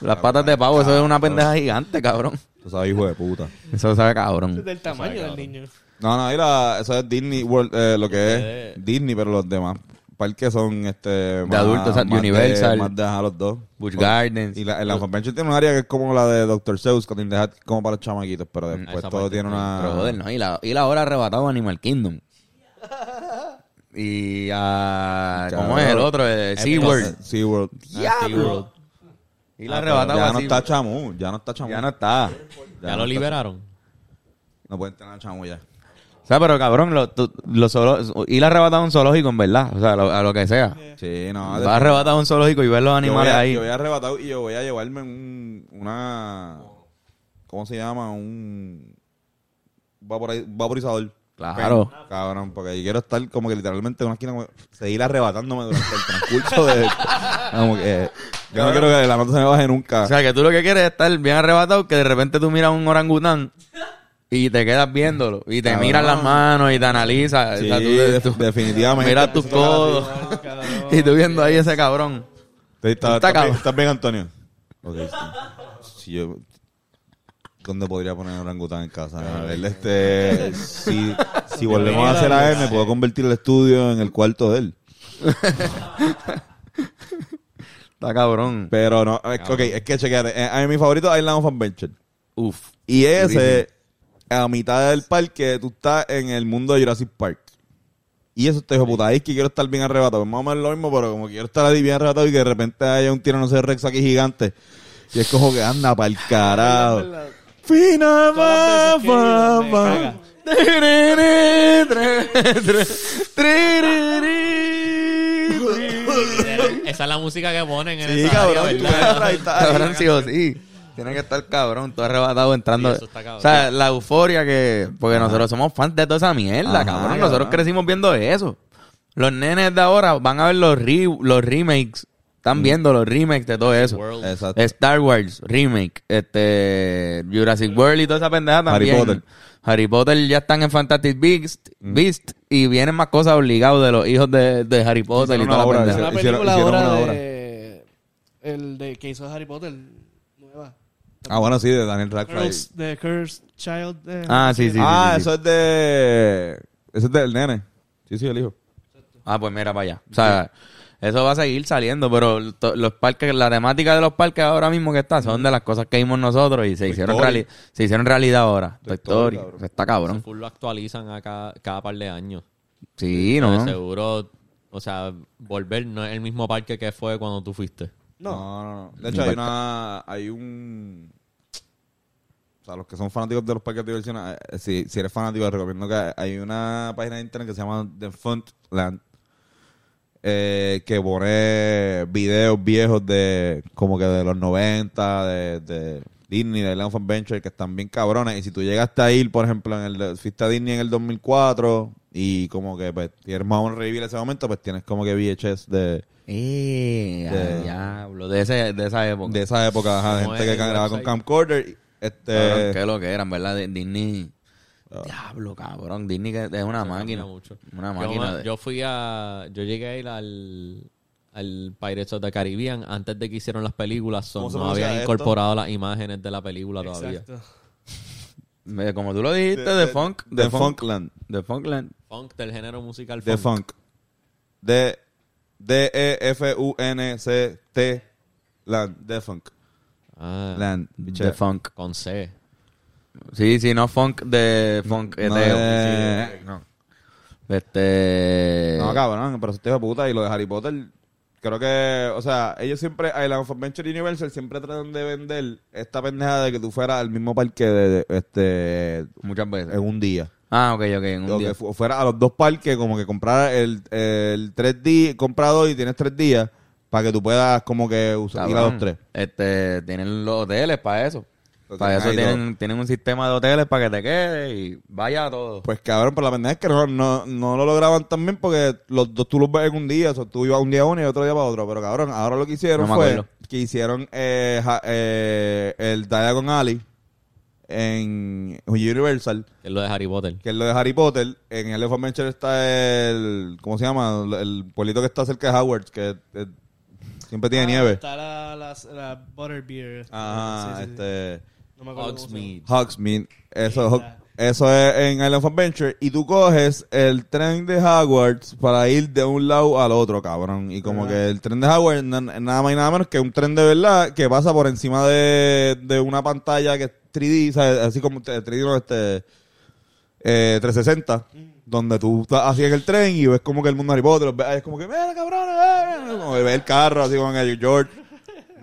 S4: Las patas de pavo, eso es una pendeja gigante, cabrón.
S3: Tú sabes, hijo de puta.
S4: Eso sabe cabrón.
S6: Del tamaño del niño.
S4: Eh.
S3: No, no, ahí la, eso es Disney World, eh, lo que es Disney, pero los demás parques son este, de
S4: adultos, o sea, Universal.
S3: más de ajá, los dos.
S4: Busch
S3: Porque-
S4: Gardens.
S3: Y la, en la convention tiene un área que es como la de Dr. Seuss, que tiene dejar como para los chamaquitos, pero después
S5: esa
S3: todo
S5: parte
S3: tiene una...
S4: Pero joder, no. Y la, y la hora arrebatado a Animal Kingdom. Y a. ¿Cómo es el otro? El SeaWorld.
S3: Ah, SeaWorld.
S4: ¡Diablo! Y la
S3: Ah, pero
S4: arrebatado
S3: ya
S4: a
S3: no está
S4: SeaWorld.
S3: Chamu, ya no está Chamu.
S4: Ya no
S3: Ya
S4: está.
S5: ya
S3: no
S5: lo
S3: está
S5: liberaron.
S3: Chamu. No pueden tener a Chamu ya.
S4: O sea, pero cabrón, lo, tú- lo zoolo- ir arrebatado a un zoológico, en verdad. O sea, lo- a lo que sea.
S3: Sí, no. Ah, de-
S4: Va arrebatado a un zoológico y ver los
S3: yo voy
S4: animales
S3: a,
S4: ahí.
S3: Yo voy a arrebatar y yo voy a llevarme un, una... ¿Cómo se llama? Un vapori- vaporizador.
S4: Claro.
S3: Pen, Cabrón, porque yo quiero estar como que literalmente en una esquina, como- seguir arrebatándome durante el transcurso de... como que, eh, yo no quiero que la mano se me baje nunca.
S4: O sea, que tú lo que quieres es estar bien arrebatado, que de repente tú miras un orangután y te quedas viéndolo. Y te
S3: Cabrón.
S4: miras las manos y te analizas.
S3: Sí,
S4: O sea, tú-
S3: de-
S4: tú-
S3: definitivamente.
S4: miras tus codos. Y tú viendo ahí ese cabrón.
S3: Sí, está-
S4: Está
S3: está bien-
S4: cabrón.
S3: ¿Estás bien, Antonio? Ok, sí. Si yo- ¿Dónde podría poner un orangután en casa? A ver, este, si, si volvemos a hacer AM, puedo convertir el estudio en el cuarto de él.
S4: Está cabrón.
S3: Pero no, es, ok, es que chequeate. Eh, A mí mi favorito es Island of Adventure.
S4: Uf.
S3: Y ese, a mitad del parque, tú estás en el mundo de Jurassic Park. Y eso te dijo, puta, es que quiero estar bien arrebatado. Pues más o menos lo mismo, pero como quiero estar ahí bien arrebatado y que de repente haya un tiranosaurio rex aquí gigante. Y es como que anda pa'l carajo. Fina,
S6: Todas las veces que
S3: ma,
S6: he ido, me
S3: ma.
S6: caga.
S5: Esa es la música que ponen en
S3: Sí,
S5: esa
S3: cabrón,
S5: área,
S3: tú
S5: ¿verdad?
S3: entras ahí, estás ahí.
S4: Cabrón, sí o sí. Tiene que estar cabrón, todo arrebatado entrando.
S5: Sí, eso está cabrón.
S4: O sea, la euforia que. Porque nosotros somos fans de toda esa mierda,
S3: Ajá,
S4: cabrón.
S3: cabrón.
S4: Nosotros crecimos viendo eso. Los nenes de ahora van a ver los, re- los remakes. Están viendo los remakes de todo eso.
S3: Mm. Exacto.
S4: Star Wars, remake, este Jurassic World y toda esa pendejada
S3: Harry
S4: también.
S3: Potter. Mm.
S4: Harry Potter ya están en Fantastic Beast, Beast y vienen más cosas obligadas de los hijos de, de Harry Potter y
S3: Hicieron
S4: toda
S3: una
S4: la
S3: obra,
S4: pendejada.
S6: Una
S3: Hicieron- hicieron
S6: película
S3: una
S6: ahora
S3: obra.
S6: de... El de que hizo Harry Potter. Nueva.
S3: Ah, bueno, sí, de Daniel Radcliffe.
S6: Curse, The Cursed Child. eh,
S4: Ah, sí, sí.
S3: Ah,
S4: sí, sí.
S3: eso es de... Eso es del nene. Sí, sí, el hijo.
S4: Ah, pues mira para allá. O sea, eso va a seguir saliendo, pero to- los parques, la temática de los parques ahora mismo que está, son de las cosas que vimos nosotros y se hicieron
S3: Story.
S4: reali- se hicieron realidad ahora. Toy
S3: Story,
S4: Story.
S3: cabrón.
S4: Está cabrón.
S5: Full lo actualizan a cada, cada par de años.
S4: Sí,
S5: Pero
S4: no.
S5: de seguro, o sea, volver no es el mismo parque que fue cuando tú fuiste.
S3: No, no, no. De hecho, hay una. Hay un. O sea, los que son fanáticos de los parques de diversión, eh, si, si eres fanático, te recomiendo que hay una página de internet que se llama The Funland. eh, que pone videos viejos de como que de los 90, de, de Disney, de Land of Adventure, que están bien cabrones. Y si tú llegaste a ir, por ejemplo, en el de- fuiste a Disney en el 2004 y como que pues, tienes más un revivir ese momento, pues tienes como que VHS de,
S4: Eh, ah,
S3: De-
S4: diablo. De, ese, de esa época.
S3: de esa época, ajá, de
S5: Como
S3: gente que
S5: el
S3: grababa con
S5: website.
S3: camcorder.
S4: Cabrón,
S3: Este,
S4: qué lo que eran, ¿verdad? De- Disney. Diablo, cabrón. Disney que es una
S5: Se
S4: máquina.
S5: cambia mucho.
S4: Una
S5: Yo
S4: máquina.
S5: me-
S4: de-
S5: Yo, fui a. Yo llegué a ir al. Al Pirates of the Caribbean antes de que hicieron las películas. son-
S3: ¿Cómo se
S5: no
S3: pronuncia
S5: habían
S3: esto?
S5: incorporado las imágenes de la película todavía.
S6: Exacto.
S4: me- Como tú lo dijiste, de, funk.
S3: De, Funkland.
S4: De funkland.
S5: Funk del género musical.
S3: De
S5: funk.
S3: Funk. E De D-E-F-U-N-C-T. Land. De Funk.
S5: Ah,
S3: Land.
S4: De funk.
S5: con C.
S4: Sí, sí, no funk de funk.
S3: No,
S4: eteo.
S3: de-
S4: Sí, Este.
S3: No, cabrón, pero este hijo de puta. Y lo de Harry Potter, creo que, o sea, ellos siempre, Island of Adventure y Universal siempre tratan de vender esta pendeja de que tú fueras al mismo parque de, de- este,
S4: Muchas veces.
S3: en un día.
S4: Ah, ok, ok. En
S3: o
S4: un día.
S3: que fu- fuera a los dos parques, como que comprar el, el 3D, comprado y tienes tres días para que tú puedas como que usar, ir a
S4: Cabrón,
S3: los tres.
S4: Este, tienen los hoteles para eso.
S3: Lo tienen
S4: para eso
S3: ahí
S4: tienen, tienen un sistema de hoteles para que te quedes y vaya a todo.
S3: Pues cabrón, pero la pendeja es que no, no, no lo lograban tan bien porque los dos tú los ves en un día, o sea, tú ibas un día a uno y otro día para otro. Pero cabrón, ahora lo que hicieron
S4: No me
S3: fue
S4: acuerdo.
S3: que hicieron eh, ja- eh, el Diagon Alley en Universal,
S5: Que es lo de Harry Potter.
S3: que es lo de Harry Potter. En el of Adventure está el, ¿cómo se llama? El pueblito que está cerca de Howard, que eh, siempre tiene
S6: Ah,
S3: nieve.
S6: Está la, la, la Butterbeer. Sí, sí,
S3: Ajá,
S6: sí.
S3: Ah, este. eh,
S6: No me acuerdo cómo se llama.
S5: Hogsmeade.
S3: Hogsmeade. Eso,
S6: Esa.
S3: Hog- Eso es en Island of Adventure. Y tú coges el tren de Hogwarts para ir de un lado al otro, cabrón. Y como que el tren de Hogwarts na- nada más y nada menos que un tren de verdad que pasa por encima de, de una pantalla que es 3D, ¿sabes? así como te- 3D, no, este, eh, 360.
S5: Mm.
S3: Donde tú estás así en el tren y ves como que el mundo de Harry Potter. los ves ahí, es como que, mira, cabrón, eh", como que ves el carro así con el George.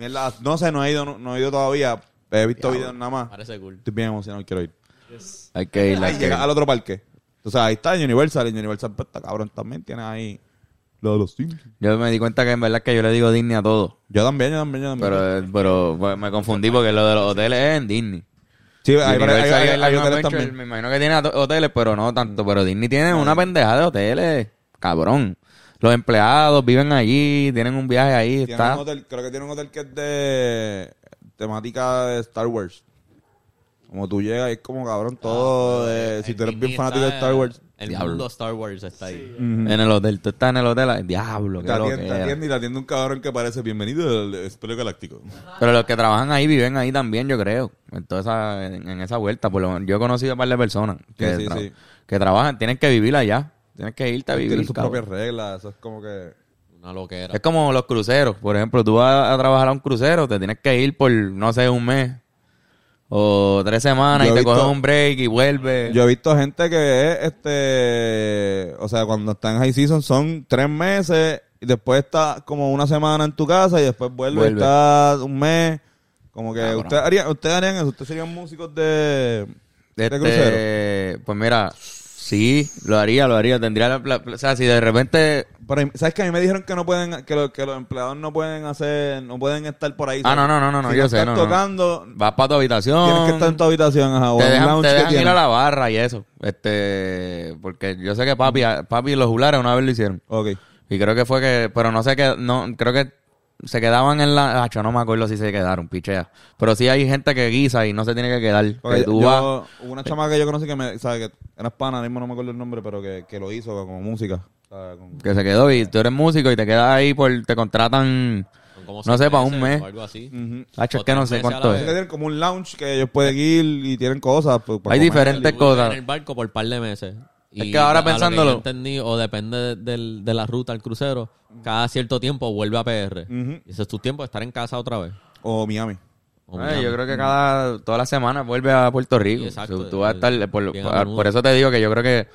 S3: Mierda, no sé, no he ido, no, no he ido todavía. He visto videos nada más.
S5: Parece cool.
S3: Estoy bien emocionado, quiero ir.
S4: Hay que ir, hay
S3: Ahí
S4: que ir.
S3: llegas al otro parque. O sea, ahí está en Universal. En Universal, pues, está cabrón, también tiene ahí lo de los Simpsons.
S4: Yo me di cuenta que en verdad es que yo le digo Disney a todo.
S3: Yo también, yo también, yo también.
S4: Pero, eh, pero bueno, me confundí porque lo de los hoteles es en Disney.
S3: sí, hay,
S4: Universal
S3: hay- hay-
S4: y
S3: hay
S4: Island
S3: hoteles
S4: Adventure,
S3: también.
S4: Me imagino que tiene ato- hoteles, pero no tanto. Pero Disney tiene una pendeja de hoteles, cabrón. Los empleados viven allí, tienen un viaje ahí,
S3: Tiene un
S4: está.
S3: hotel, creo que tiene un hotel que es de temática de Star Wars. Como tú llegas, y es como cabrón
S4: Ah,
S3: todo.
S4: pues,
S3: de- si tú eres bien fanático de Star Wars,
S5: El
S4: Diablo.
S5: mundo Star Wars está ahí.
S4: En el hotel, tú estás en el hotel, ay, diablo,
S3: te
S4: qué
S3: atiende, te
S4: loquera.
S3: atiende y te atiende un cabrón que parece bienvenido al Espejo Galáctico.
S4: Pero los que trabajan ahí viven ahí también, yo creo. En, toda esa, en, en esa vuelta, por lo menos. Yo he conocido a un par de personas que,
S3: Sí, sí,
S4: tra-
S3: sí.
S4: que trabajan, tienen que vivir allá. Tienes que irte a
S3: Tiene
S4: vivir.
S3: sus
S4: cabrón.
S3: propias reglas, eso es como que.
S5: Una loquera.
S4: Es como los cruceros. Por ejemplo, tú vas a trabajar a un crucero, te tienes que ir por, no sé, un mes o tres semanas
S3: Yo
S4: y
S3: he
S4: te
S3: visto-
S4: coges un break y vuelves.
S3: Yo he visto gente que es, este, o sea, cuando están en high season son tres meses y después está como una semana en tu casa y después vuelve,
S4: Vuelve.
S3: está un mes. Como que
S4: Cabrón.
S3: ustedes harían, ustedes harían eso, ustedes serían músicos de, de
S4: Este,
S3: crucero.
S4: Pues mira, sí, lo haría, lo haría. Tendría la, pla- pla- O sea, si de repente.
S3: Pero, ¿Sabes que a mí me dijeron que no pueden, que, lo- que los empleados no pueden hacer, no pueden estar por ahí? ¿sabes?
S4: Ah, no, no, no, no, no,
S3: Si
S4: yo
S3: tú
S4: sé,
S3: estás
S4: no, no.
S3: tocando,
S4: Vas para tu habitación.
S3: tienes que estar en tu habitación, ajá, o
S4: te
S3: en un
S4: dejan,
S3: lounge
S4: te
S3: que
S4: dejan ir
S3: tienes.
S4: a la barra y eso. Este, porque yo sé que papi, papi y los julares una vez lo hicieron.
S3: Ok.
S4: Y creo que fue que, pero no sé que, no, creo que se quedaban en la, ah, yo no me acuerdo si se quedaron, pichea. Pero sí hay gente que guisa y no se tiene que quedar.
S3: Porque
S4: que tú
S3: yo-
S4: vas, eh.
S3: hubo una chamaca que yo conocí que me, sabe que era hispana, ahora mismo no me acuerdo el nombre, pero que, que lo hizo como música. ¿sabe? Con-
S4: que se quedó y tú eres músico y te quedas ahí por, te contratan,
S5: Son como
S4: No
S5: seis
S4: sé, para un
S5: meses
S4: mes.
S5: o algo así.
S3: Ujú.
S4: Hacho, es que no sé
S5: Otros meses a
S4: cuánto
S5: la
S3: Es que
S4: es.
S5: vez.
S3: tienen como un lounge que ellos pueden ir y tienen cosas. pues, para
S4: Hay
S3: comer.
S4: diferentes
S5: Yo estuve
S4: cosas.
S5: En el barco por un par de meses.
S4: Es que ahora
S5: a lo yo
S4: pensándolo-
S5: entendí, o depende de, del- de la ruta al crucero, cada cierto tiempo vuelve a PR.
S3: Ujú.
S5: Ese es tu tiempo de estar en casa otra vez.
S3: O Miami.
S5: O
S4: Ay,
S5: Miami.
S4: yo creo que cada, todas las semanas vuelve a Puerto Rico.
S5: Sí, exacto.
S4: Tú- tú vas a estar, por,
S5: Bien
S4: por-
S5: a menudo.
S4: por eso te digo que yo creo que,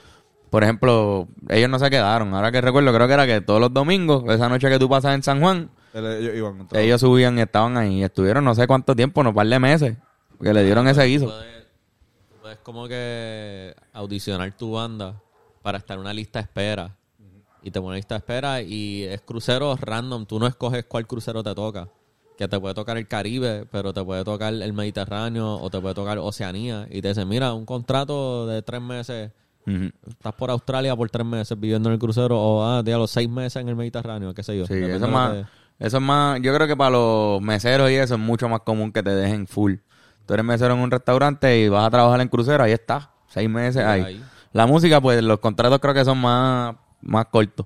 S4: por ejemplo, ellos no se quedaron. Ahora que recuerdo, creo que era que todos los domingos, esa noche que tú pasas en San Juan,
S3: El- ellos iban a entrar.
S4: Ellos subían y estaban ahí. y Estuvieron no sé cuánto tiempo, no par de meses. Que le dieron ese guiso.
S5: Puedes, puedes como que audicionar tu banda para estar en una lista de espera. Y te ponen en lista de espera y es crucero random. Tú no escoges cuál crucero te toca. Que te puede tocar el Caribe, pero te puede tocar el Mediterráneo o te puede tocar Oceanía. Y te dicen, mira, un contrato de tres meses.
S4: Ujú.
S5: Estás por Australia por tres meses viviendo en el crucero o, ah, los seis meses en el Mediterráneo, qué sé yo.
S4: Sí,
S5: Depende
S4: eso
S5: de
S4: es
S5: lo
S4: más.
S5: que-
S4: Eso es más. Yo creo que para los meseros y eso es mucho más común que te dejen full. Tú eres mesero en un restaurante y vas a trabajar en crucero, ahí está. Seis meses ahí.
S5: Ahí.
S4: La música, pues los contratos creo que son más, más cortos.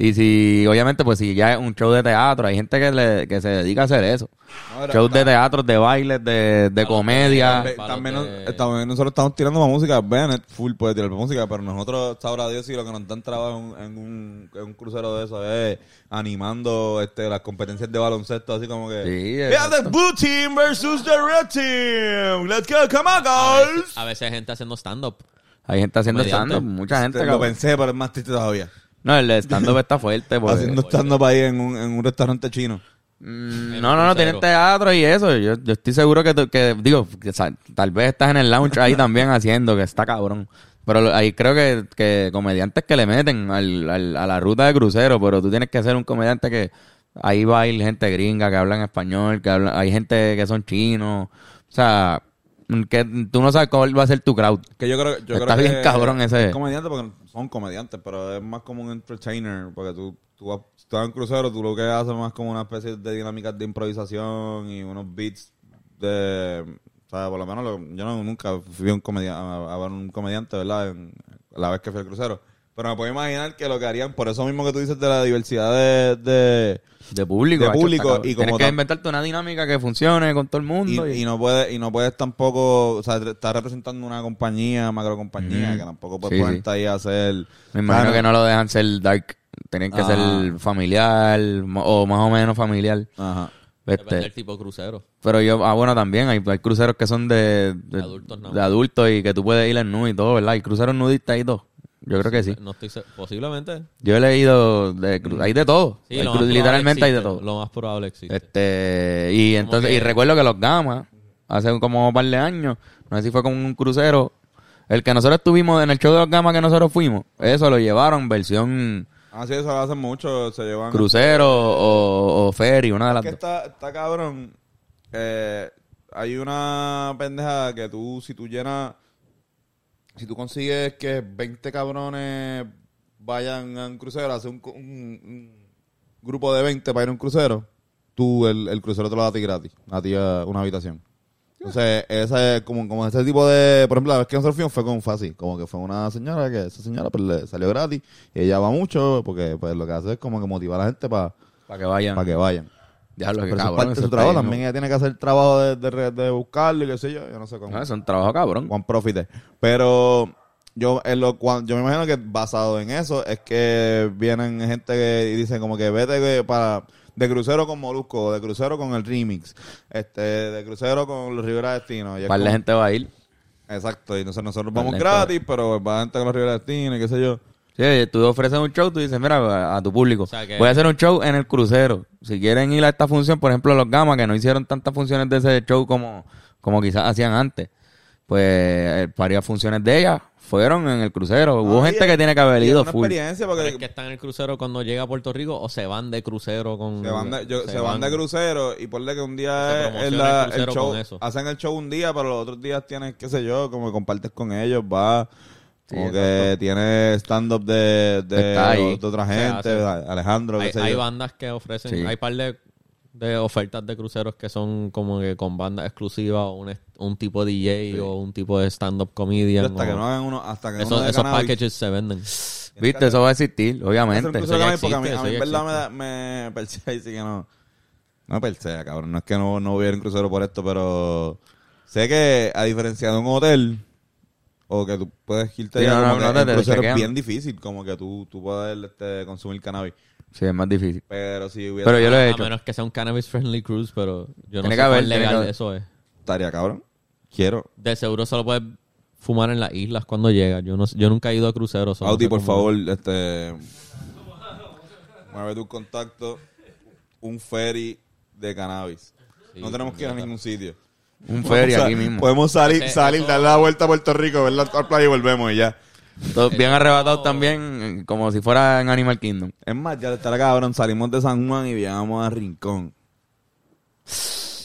S4: Y si, obviamente, pues si ya es un show de teatro, hay gente que, le- que se dedica a hacer eso.
S3: Ahora, Ah,
S4: Shows de teatro, de bailes, de, de comedia.
S3: Ve-
S5: para
S3: También,
S5: lo
S3: nos-
S5: que-
S3: también nosotros estamos tirando para música. Bennett full puede tirar para música, pero nosotros, sabrá Dios, si lo que nos dan trabajo en, en un, en un crucero de eso es animando este, las competencias de baloncesto, así como que.
S4: Sí,
S3: "We
S4: exacto.
S3: are the blue team versus the red team. Let's go, come on, girls.
S5: A veces hay gente haciendo stand-up.
S4: Hay gente haciendo
S5: Comediante.
S4: stand-up, mucha gente.
S3: Este, lo
S4: cabrón.
S3: pensé, pero es más triste todavía.
S4: No, el stand-up está fuerte. porque-
S3: Haciendo stand-up ahí en un, en un restaurante chino.
S4: Mm, No, no, no, tienen teatro y eso. Yo, yo estoy seguro que, tú- que digo, que sa- tal vez estás en el lounge ahí también haciendo, que está cabrón. Pero lo- ahí creo que, que comediantes que le meten al- al- a la ruta de crucero, pero tú tienes que ser un comediante que ahí va a ir gente gringa que habla en español, que habla, hay gente que son chinos. O sea, mm, que tú no sabes cuál va a ser tu crowd.
S3: Que yo creo, yo
S4: Está
S3: creo que
S4: bien cabrón ese.
S3: es comediante porque son comediantes, pero es más como un entertainer. Porque tú, tú vas, si tú vas en crucero, tú lo que haces es más como una especie de dinámicas de improvisación y unos beats de. O sea, por lo menos lo- yo no- nunca fui un comedia- a, a ver un comediante, ¿verdad? En- la vez que fui al crucero. Pero me puedo imaginar que lo que harían, por eso mismo que tú dices de la diversidad de- de,
S4: De público.
S3: De
S4: macho,
S3: público,
S4: está cabrón.
S3: y como
S4: Tienes que
S3: tam-
S4: inventarte una dinámica que funcione con todo el
S3: y,
S4: mundo. y-
S3: y no puedes y no puedes tampoco o sea estar representando una compañía macro compañía
S4: Ujú.
S3: que tampoco puedes
S4: Sí,
S3: ponerte ahí a hacer
S4: Me imagino
S3: Claro,
S4: que no lo dejan ser dark. Tienen que
S3: Ah.
S4: ser familiar mo- o más o menos familiar.
S3: ajá
S5: Depende del
S4: Este,
S5: tipo de crucero.
S4: pero yo, ah, bueno, también hay, hay cruceros que son de, de,
S5: Adultos, no.
S4: de adultos y que tú puedes ir en nu y todo, ¿verdad? Hay cruceros nudistas y todo. Yo creo que sí.
S5: No estoy se- posiblemente.
S4: Yo he leído, de, cru- hay de todo.
S5: Mm. Sí,
S4: Hay cru-
S5: lo más probable
S4: literalmente hay de
S5: existe,
S4: todo.
S5: Lo más probable existe.
S4: Este, y entonces,
S5: que-
S4: y recuerdo que los Gamas, hace como un par de años, no sé si fue con un crucero, el que nosotros estuvimos en el show de los Gamas que nosotros fuimos, eso lo llevaron versión
S3: ah sí eso lo hacen mucho se llevan
S4: crucero o, o ferry, una de las
S3: que
S4: dos.
S3: está está cabrón eh, hay una pendejada que tú si tú llenas si tú consigues que 20 cabrones vayan a un crucero hace un, cu- un- un grupo de 20 para ir a un crucero tú el, el crucero te lo da a ti gratis a ti a una habitación Entonces, esa es como, como ese tipo de. Por ejemplo, la vez que nosotros fuimos fue con Fácil. Como que fue una señora que esa señora pues, le salió gratis. Y ella va mucho porque pues, lo que hace es como que motivar a la gente para
S4: Para que vayan.
S3: que vayan.
S4: Diablo, qué
S3: Pero eso es
S4: cabrón,
S3: parte de
S4: eso
S3: su
S4: está
S3: trabajo
S4: ahí, ¿no?
S3: también. eh. Ella tiene que hacer el trabajo de, de, re- de buscarlo y qué sé yo. Yo no sé cómo.
S4: No, Ah, es un trabajo cabrón.
S3: Juan Profite. Pero yo en lo cual, yo me imagino que basado en eso es que vienen gente que y dicen como que vete que para de crucero con Molusco, de crucero con el Remix, este de crucero con los Rivera Destino. Y es
S4: Para la
S3: como-
S4: gente va a ir.
S3: Exacto, y nosotros, nosotros
S4: Par de
S3: vamos
S4: gente va-
S3: gratis, pero va gente con los Rivera Destino y qué sé yo.
S4: Sí, tú ofreces un show, tú dices, mira, a- a tu público,
S5: sea que-
S4: voy a hacer un show en el crucero. Si quieren ir a esta función, por ejemplo, los Gamas, que no hicieron tantas funciones de ese show como, como quizás hacían antes, pues eh, varias funciones de ellas fueron en el crucero. Hubo
S3: Ah,
S4: gente
S3: y
S4: que
S3: es-
S4: tiene que haber
S3: y es
S4: ido
S3: una
S4: full.
S3: experiencia porque
S5: Pero es que están en el crucero cuando llega a Puerto Rico o se van de crucero con.
S3: Se van de, yo- se van de crucero y ponle que un día
S5: Mm, Se
S3: es-
S5: promociona
S3: es la-
S5: el
S3: el,
S5: crucero
S3: show.
S5: con eso.
S3: Hacen el show un día, pero los otros días tienes, qué sé yo, como que compartes con ellos, va.
S4: Sí,
S3: Como que tienes stand-up de, de,
S4: Está ahí.
S3: de otra
S5: sea,
S3: gente,
S5: hace-
S3: a- Alejandro, qué
S5: Hay,
S3: sé
S5: hay
S3: yo.
S5: bandas que ofrecen.
S4: Sí.
S5: Hay par de, de ofertas de cruceros que son como que con bandas exclusivas o un, est- un tipo DJ o un tipo de stand-up comedian.
S3: Pero hasta que
S5: o-
S3: no hagan uno, hasta que
S5: esos
S3: uno de
S5: esos
S3: cannabis-
S5: packages se venden.
S4: Viste, eso va a existir,
S3: Hacer un
S4: obviamente.
S3: crucero de
S5: ya
S3: cannabis, porque a mí, a
S5: existe,
S3: mí en
S5: eso ya
S3: verdad me, da- me persea y sí que no. No persea, cabrón. No es que no, no hubiera un crucero por esto, pero sé que a diferencia de un hotel, o que tú puedes irte
S4: Sí,
S3: ya
S4: no,
S3: como que
S4: no, no, te-
S3: el
S4: te
S3: crucero es
S4: chequean.
S3: bien difícil, como que tú, tú puedes este, consumir cannabis.
S4: Sí, es más difícil.
S3: Pero si hubiera
S4: Pero yo lo he
S5: A
S4: hecho.
S5: menos que sea un cannabis friendly cruise, pero yo
S4: Tiene
S5: no
S4: que
S5: sé cuán
S4: haber, tiene que
S5: legal
S4: haber.
S5: eso es.
S3: estaría cabrón. Quiero.
S5: De seguro solo puedes fumar en las islas cuando llegas. Yo no sé- yo nunca he ido a cruceros. solo
S3: Audi,
S5: sé
S3: por
S5: cómo-
S3: favor, este mueve tu contacto un ferry de cannabis. no tenemos que ir a ningún sitio.
S4: Un ferry
S3: Podemos
S4: aquí
S3: sa-
S4: mismo.
S3: Podemos salir,
S5: Ese-
S3: salir,
S5: eso-
S3: darle la vuelta a Puerto Rico, ver la al playa y volvemos y ya.
S4: Todos bien arrebatados también, eh, como si fuera en Animal Kingdom.
S3: Es más, ya estará cabrón, salimos de San Juan y viajamos a Rincón.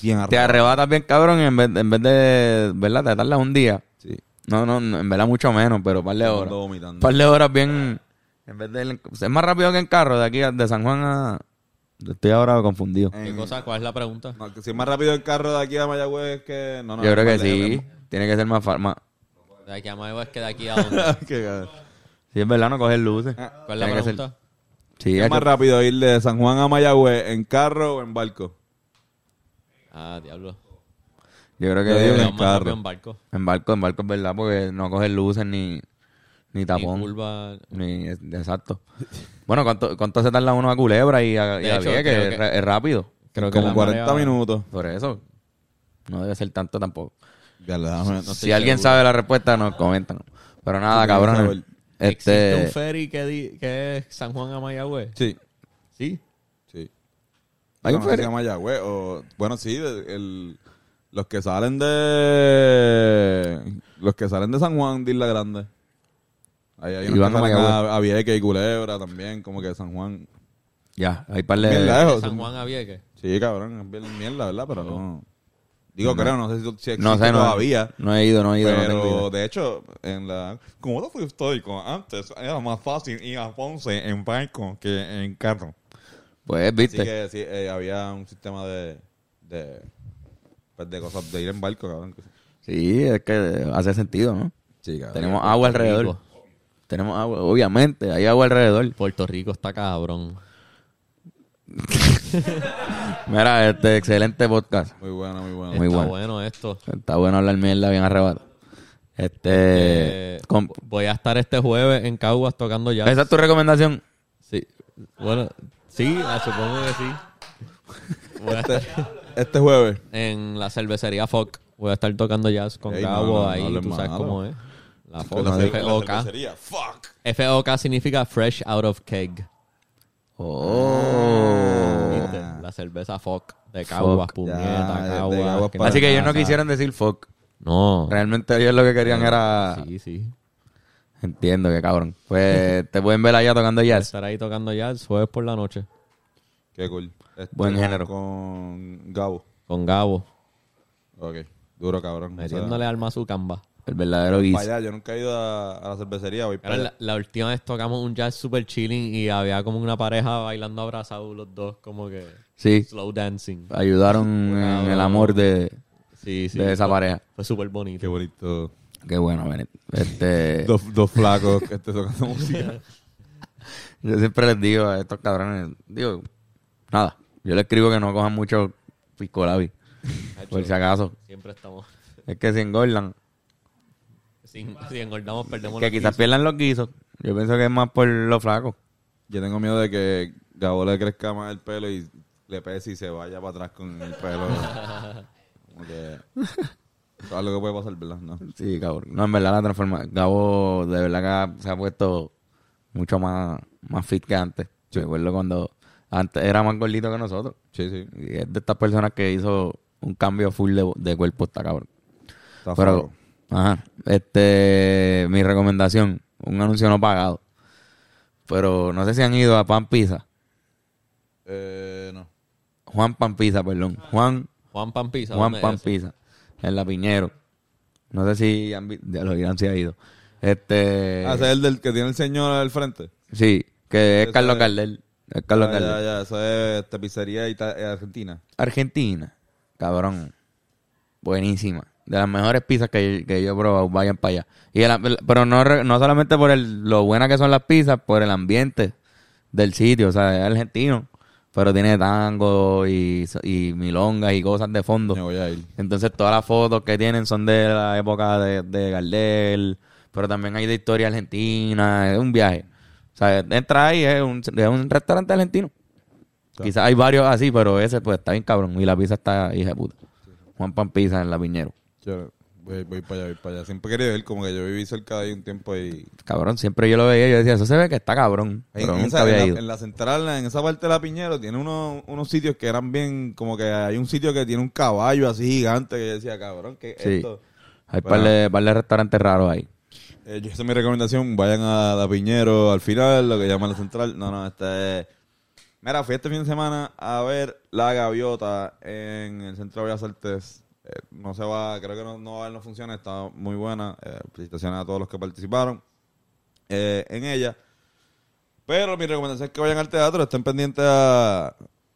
S3: Bien
S4: Te
S3: arriba.
S4: arrebatas bien cabrón y en vez, en vez de, ¿verdad? Te tardas un día.
S3: Sí.
S4: No, no, no, en verdad mucho menos, pero par de
S3: Ando
S4: horas.
S3: vomitando.
S4: Par de horas bien.
S3: Eh.
S4: En vez de. Es más rápido que en carro de aquí, a- de San Juan a. Estoy ahora confundido.
S5: ¿Qué
S3: En-
S5: cosa? ¿Cuál es la pregunta?
S3: no, que si es más rápido el carro de aquí a Mayagüez que... No, no,
S4: Yo creo que
S3: es más lejos,
S4: sí. Tiene que ser más, fa- más.
S5: De aquí a Mayo es que de aquí a dónde.
S3: es más- Qué cabrón.
S4: Si es verdad, no coger luces.
S5: ¿Cuál es
S4: Tiene
S5: la
S4: que ser-
S5: pregunta?
S4: Sí,
S3: Ah, ¿Es
S4: hacho.
S3: más rápido ir de San Juan a Mayagüez en carro o en barco?
S5: Ah, diablo.
S4: yo
S3: Yo
S4: creo
S3: digo
S4: que.
S3: que- en
S5: Pero más rápido
S3: carro.
S5: en barco.
S4: En barco, en barco es verdad, porque no coger luces ni. Ni
S5: Ni
S4: tapón.
S5: curva.
S4: Ni. es- Exacto. Bueno, ¿cuánto, ¿cuánto se tarda uno a Culebra y a, y
S5: De
S4: a
S5: hecho,
S4: Vieques?
S5: creo
S4: Es
S5: que-
S4: ra- Es rápido.
S5: Creo que
S3: Como
S5: la
S3: 40
S5: marea-
S3: minutos.
S4: Por eso. No debe ser tanto tampoco.
S3: Ya le dame-
S5: estoy
S4: si alguien
S5: seguro.
S4: sabe la respuesta, nos comentan. Pero nada,
S3: Sí,
S4: cabrón.
S3: saber.
S5: ¿Existe
S4: Este,
S5: un ferry que, di- que es San Juan a Mayagüez?
S3: Sí,
S5: Sí.
S3: sí. ¿Hay
S4: ¿Hay
S3: no, no sé
S4: un
S3: si
S4: ferry?
S3: se llama Mayagüez o... Bueno, sí, de- el- los que salen de... Los que salen de San Juan de Isla Grande. Ahí hay
S4: Y
S3: unos
S4: van
S3: que
S4: a
S3: salen
S4: Mayagüez.
S3: a, a Vieques y Culebra también, como que San Juan.
S4: ya, hay par Eh, de...
S3: Bien
S5: ¿De
S3: lejos.
S5: San Juan a Vieques.
S3: Sí, cabrón, es bien mierda, ¿verdad? Pero no... Digo,
S4: No.
S3: creo, no sé si, si existe
S4: no sé, no,
S3: todavía.
S4: no he ido, no he ido. no tengo
S3: Pero
S4: idea.
S3: de hecho, en la como todo fue histórico, antes era más fácil ir a Ponce en barco que en carro.
S4: pues,
S3: Así
S4: viste.
S3: que sí, eh, había un sistema de, de, pues, de cosas, de ir en barco, cabrón.
S4: Sí, es que hace sentido, ¿no?
S3: Sí, cabrón.
S4: Tenemos agua alrededor. Tenemos agua, obviamente, hay agua alrededor.
S5: Puerto Rico está cabrón.
S4: Mira, este excelente podcast.
S3: Muy buena, muy buena.
S4: Muy
S5: está
S4: bueno.
S5: bueno. esto.
S4: Está bueno hablar mierda bien arrebato. Este.
S5: Eh,
S4: con-
S5: Voy a estar este jueves en Caguas tocando ya.
S4: esa es tu recomendación.
S5: Sí. Bueno, sí, ah, supongo que sí. Voy a estar
S3: Este jueves.
S5: en la cervecería Foc. Voy a estar tocando jazz con
S3: Ey,
S5: Cabo
S3: no, no, no
S5: ahí,
S3: hables
S5: tú sabes
S3: malo.
S5: cómo es. La Foc,
S3: La
S5: FOK.
S3: Fuck.
S5: FOK significa Fresh Out of Keg. ¿viste? La cerveza Foc de Caguas,
S4: Foc,
S5: puñeta,
S3: Ah. de- de
S5: Caguas.
S3: Caguas
S5: que
S3: para-
S4: Oh. Así que ellos
S3: nada,
S4: no quisieron decir fuck.
S5: No.
S4: Realmente ellos lo que querían era.
S5: Sí, sí.
S4: Entiendo que cabrón. Pues te pueden ver allá tocando
S5: Voy a
S4: jazz.
S5: Estar ahí tocando jazz jueves por la noche
S3: Qué cool. Este,
S4: Buen género.
S3: Con Gabo.
S5: con Gabo,
S3: Ok. Duro, cabrón.
S5: metiéndole al mazucamba.
S4: El verdadero
S3: O sea,
S4: guis.
S3: para allá. Yo nunca he ido a, a la cervecería. Voy para
S5: Ahora, la,
S3: allá.
S5: la última vez tocamos un jazz super chilling y había como una pareja bailando abrazados los dos, como que
S4: Sí.
S5: slow dancing.
S4: Ayudaron en el amor de,
S5: Sí, sí.
S4: de esa pareja.
S5: Fue súper bonito.
S3: Qué bonito.
S4: Qué bueno, Benet. Este,
S3: Dos, dos flacos que estén tocando música.
S4: yo siempre les digo a estos cabrones, digo, nada, yo les escribo que no cojan mucho piscolabi. Por si acaso.
S5: Siempre estamos.
S4: Es que si engordan,
S5: Si, si engordamos, perdemos
S4: que
S5: los
S4: quizás pierdan los guisos. Yo pienso que es más por los flacos.
S3: Yo tengo miedo de que Gabo le crezca más el pelo y le pese y se vaya para atrás con el pelo. Como que. Eso es algo que puede pasar, ¿verdad? No.
S4: Sí, cabrón. No, en verdad la transforma. Gabo, de verdad que ha- se ha puesto mucho más, más fit que antes. Yo recuerdo cuando antes era más gordito que nosotros.
S3: Sí, sí.
S4: Y es de estas personas que hizo un cambio full de, de cuerpo, está cabrón.
S3: Está
S4: Pero,
S3: flaco.
S4: ajá, este, mi recomendación, un anuncio no pagado. Pero no sé si han ido a Pan Pizza.
S3: Eh, no.
S4: Juan Pan Pizza, perdón. Juan,
S5: Juan Pan Pizza.
S4: Juan
S5: ¿dónde
S4: Pan
S5: es?
S4: Pizza, en La Piñero. No sé si han vi- ya lo dirán si ha ido. Este,
S3: Ah, ese es el del que tiene el señor al frente.
S4: sí, que es
S3: Ese
S4: Carlos
S3: es-
S4: Cardel. Es Carlos
S3: Ah,
S4: Cardel.
S3: ya, ya, eso es esta pizzería ita- eh, argentina.
S4: Argentina, cabrón. Buenísima. De las mejores pizzas que, que yo he probado, vayan para allá. Y el- el- pero no, re- no solamente por el, lo buenas que son las pizzas, por el ambiente del sitio. O sea, es argentino, pero tiene tango y, so- y milongas y cosas de fondo.
S3: Me voy a ir.
S4: Entonces todas las fotos que tienen son de la época de, de Gardel, pero también hay de historia argentina, es un viaje. O sea, entra ahí, es un, es un restaurante argentino. Quizás hay varios así, pero ese pues está bien cabrón. Y la pizza está hija de puta. Juan Pan Pizza en la Piñero.
S3: Yo voy, voy para allá, voy para allá. Siempre quería ver, como que yo viví cerca de ahí un tiempo y...
S4: Cabrón, siempre yo lo veía y yo decía, eso se ve que está cabrón.
S3: En,
S4: Pero
S3: en
S4: nunca
S3: esa, en
S4: había
S3: la-
S4: ido.
S3: en la central, en esa parte de la Piñero, tiene unos, unos sitios que eran bien... Como que hay un sitio que tiene un caballo así gigante que yo decía, cabrón, que
S4: Sí.
S3: esto...
S4: Hay
S3: Bueno.
S4: par, de, par de restaurantes raros ahí.
S3: Eh, yo- esa es mi recomendación. Vayan a la Piñero al final, lo que llaman la central. No, no, esta es... Mira, fui este fin de semana a ver La Gaviota en el Centro de Bellas Artes. Eh, no se va, creo que no, no va a no funciona, está muy buena. Eh, felicitaciones a todos los que participaron eh, en ella. Pero mi recomendación es que vayan al teatro, estén pendientes a,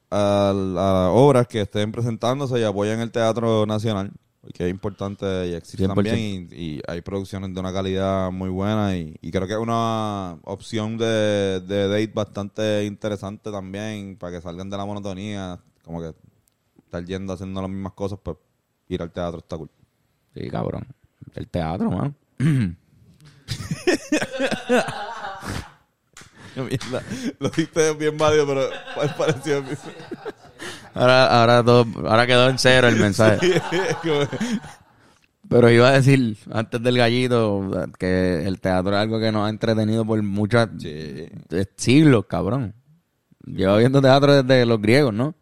S3: a, a obras que estén presentándose y apoyen el Teatro Nacional, que es importante y existe
S4: 100%.
S3: también. Y, y hay producciones de una calidad muy buena y, y creo que es una opción de, de date bastante interesante también para que salgan de la monotonía, como que estar yendo haciendo las mismas cosas, pues ir al teatro está cool.
S4: Sí, cabrón. El teatro, mano.
S3: Mierda, Lo diste bien válido, pero pa- pareció...
S4: Ahora, ahora, todo, ahora quedó en cero el mensaje.
S3: como-
S4: Pero iba a decir, antes del gallito, que el teatro es algo que nos ha entretenido por muchos
S3: Sí.
S4: siglos, cabrón. Llevo viendo teatro desde los griegos, ¿no?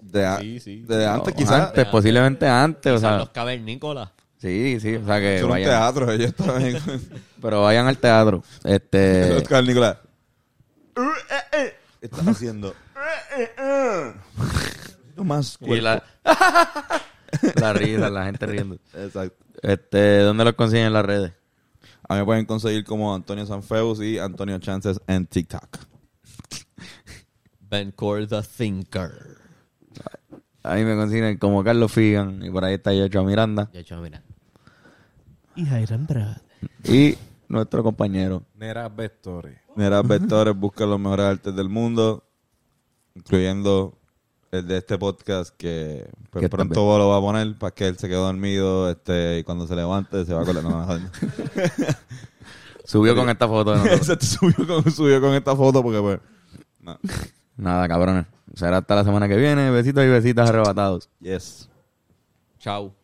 S3: De, a-
S5: Sí, sí.
S3: de antes,
S4: O
S3: quizás.
S4: Antes, posiblemente antes, o
S5: Son
S4: sea.
S5: los cavernícolas.
S4: Sí, sí, o sea que
S3: Son un
S4: vayan.
S3: teatro, ellos también.
S4: Pero vayan al teatro. Este,
S3: Oscar Nicolás. Estás haciendo. No más
S4: y la, la risa, la gente riendo.
S3: Exacto.
S4: Este, ¿dónde los consiguen en las redes?
S3: A mí me pueden conseguir como Antonio Sanfeus y Antonio Chances en TikTok.
S5: Ben the Thinker.
S4: A mí me consiguen como Carlos Figan y por ahí está Yocho Miranda
S7: Yo, hecho, mira.
S6: Y Jairan Brad.
S4: y
S3: nuestro compañero.
S2: Nera Vectores.
S3: Mira, Vectores busca los mejores artes del mundo, incluyendo el de este podcast que pues,
S4: Que
S3: pronto
S4: también.
S3: lo va a poner para que él se quede dormido este, y cuando se levante se va con la... No, no, no.
S4: Subió con esta foto. de nosotros.
S3: Exacto, subió con, subió con esta foto porque pues... no.
S4: Nada, cabrones. Será hasta la semana que viene. Besitos y besitas arrebatados.
S3: Yes.
S5: Chao.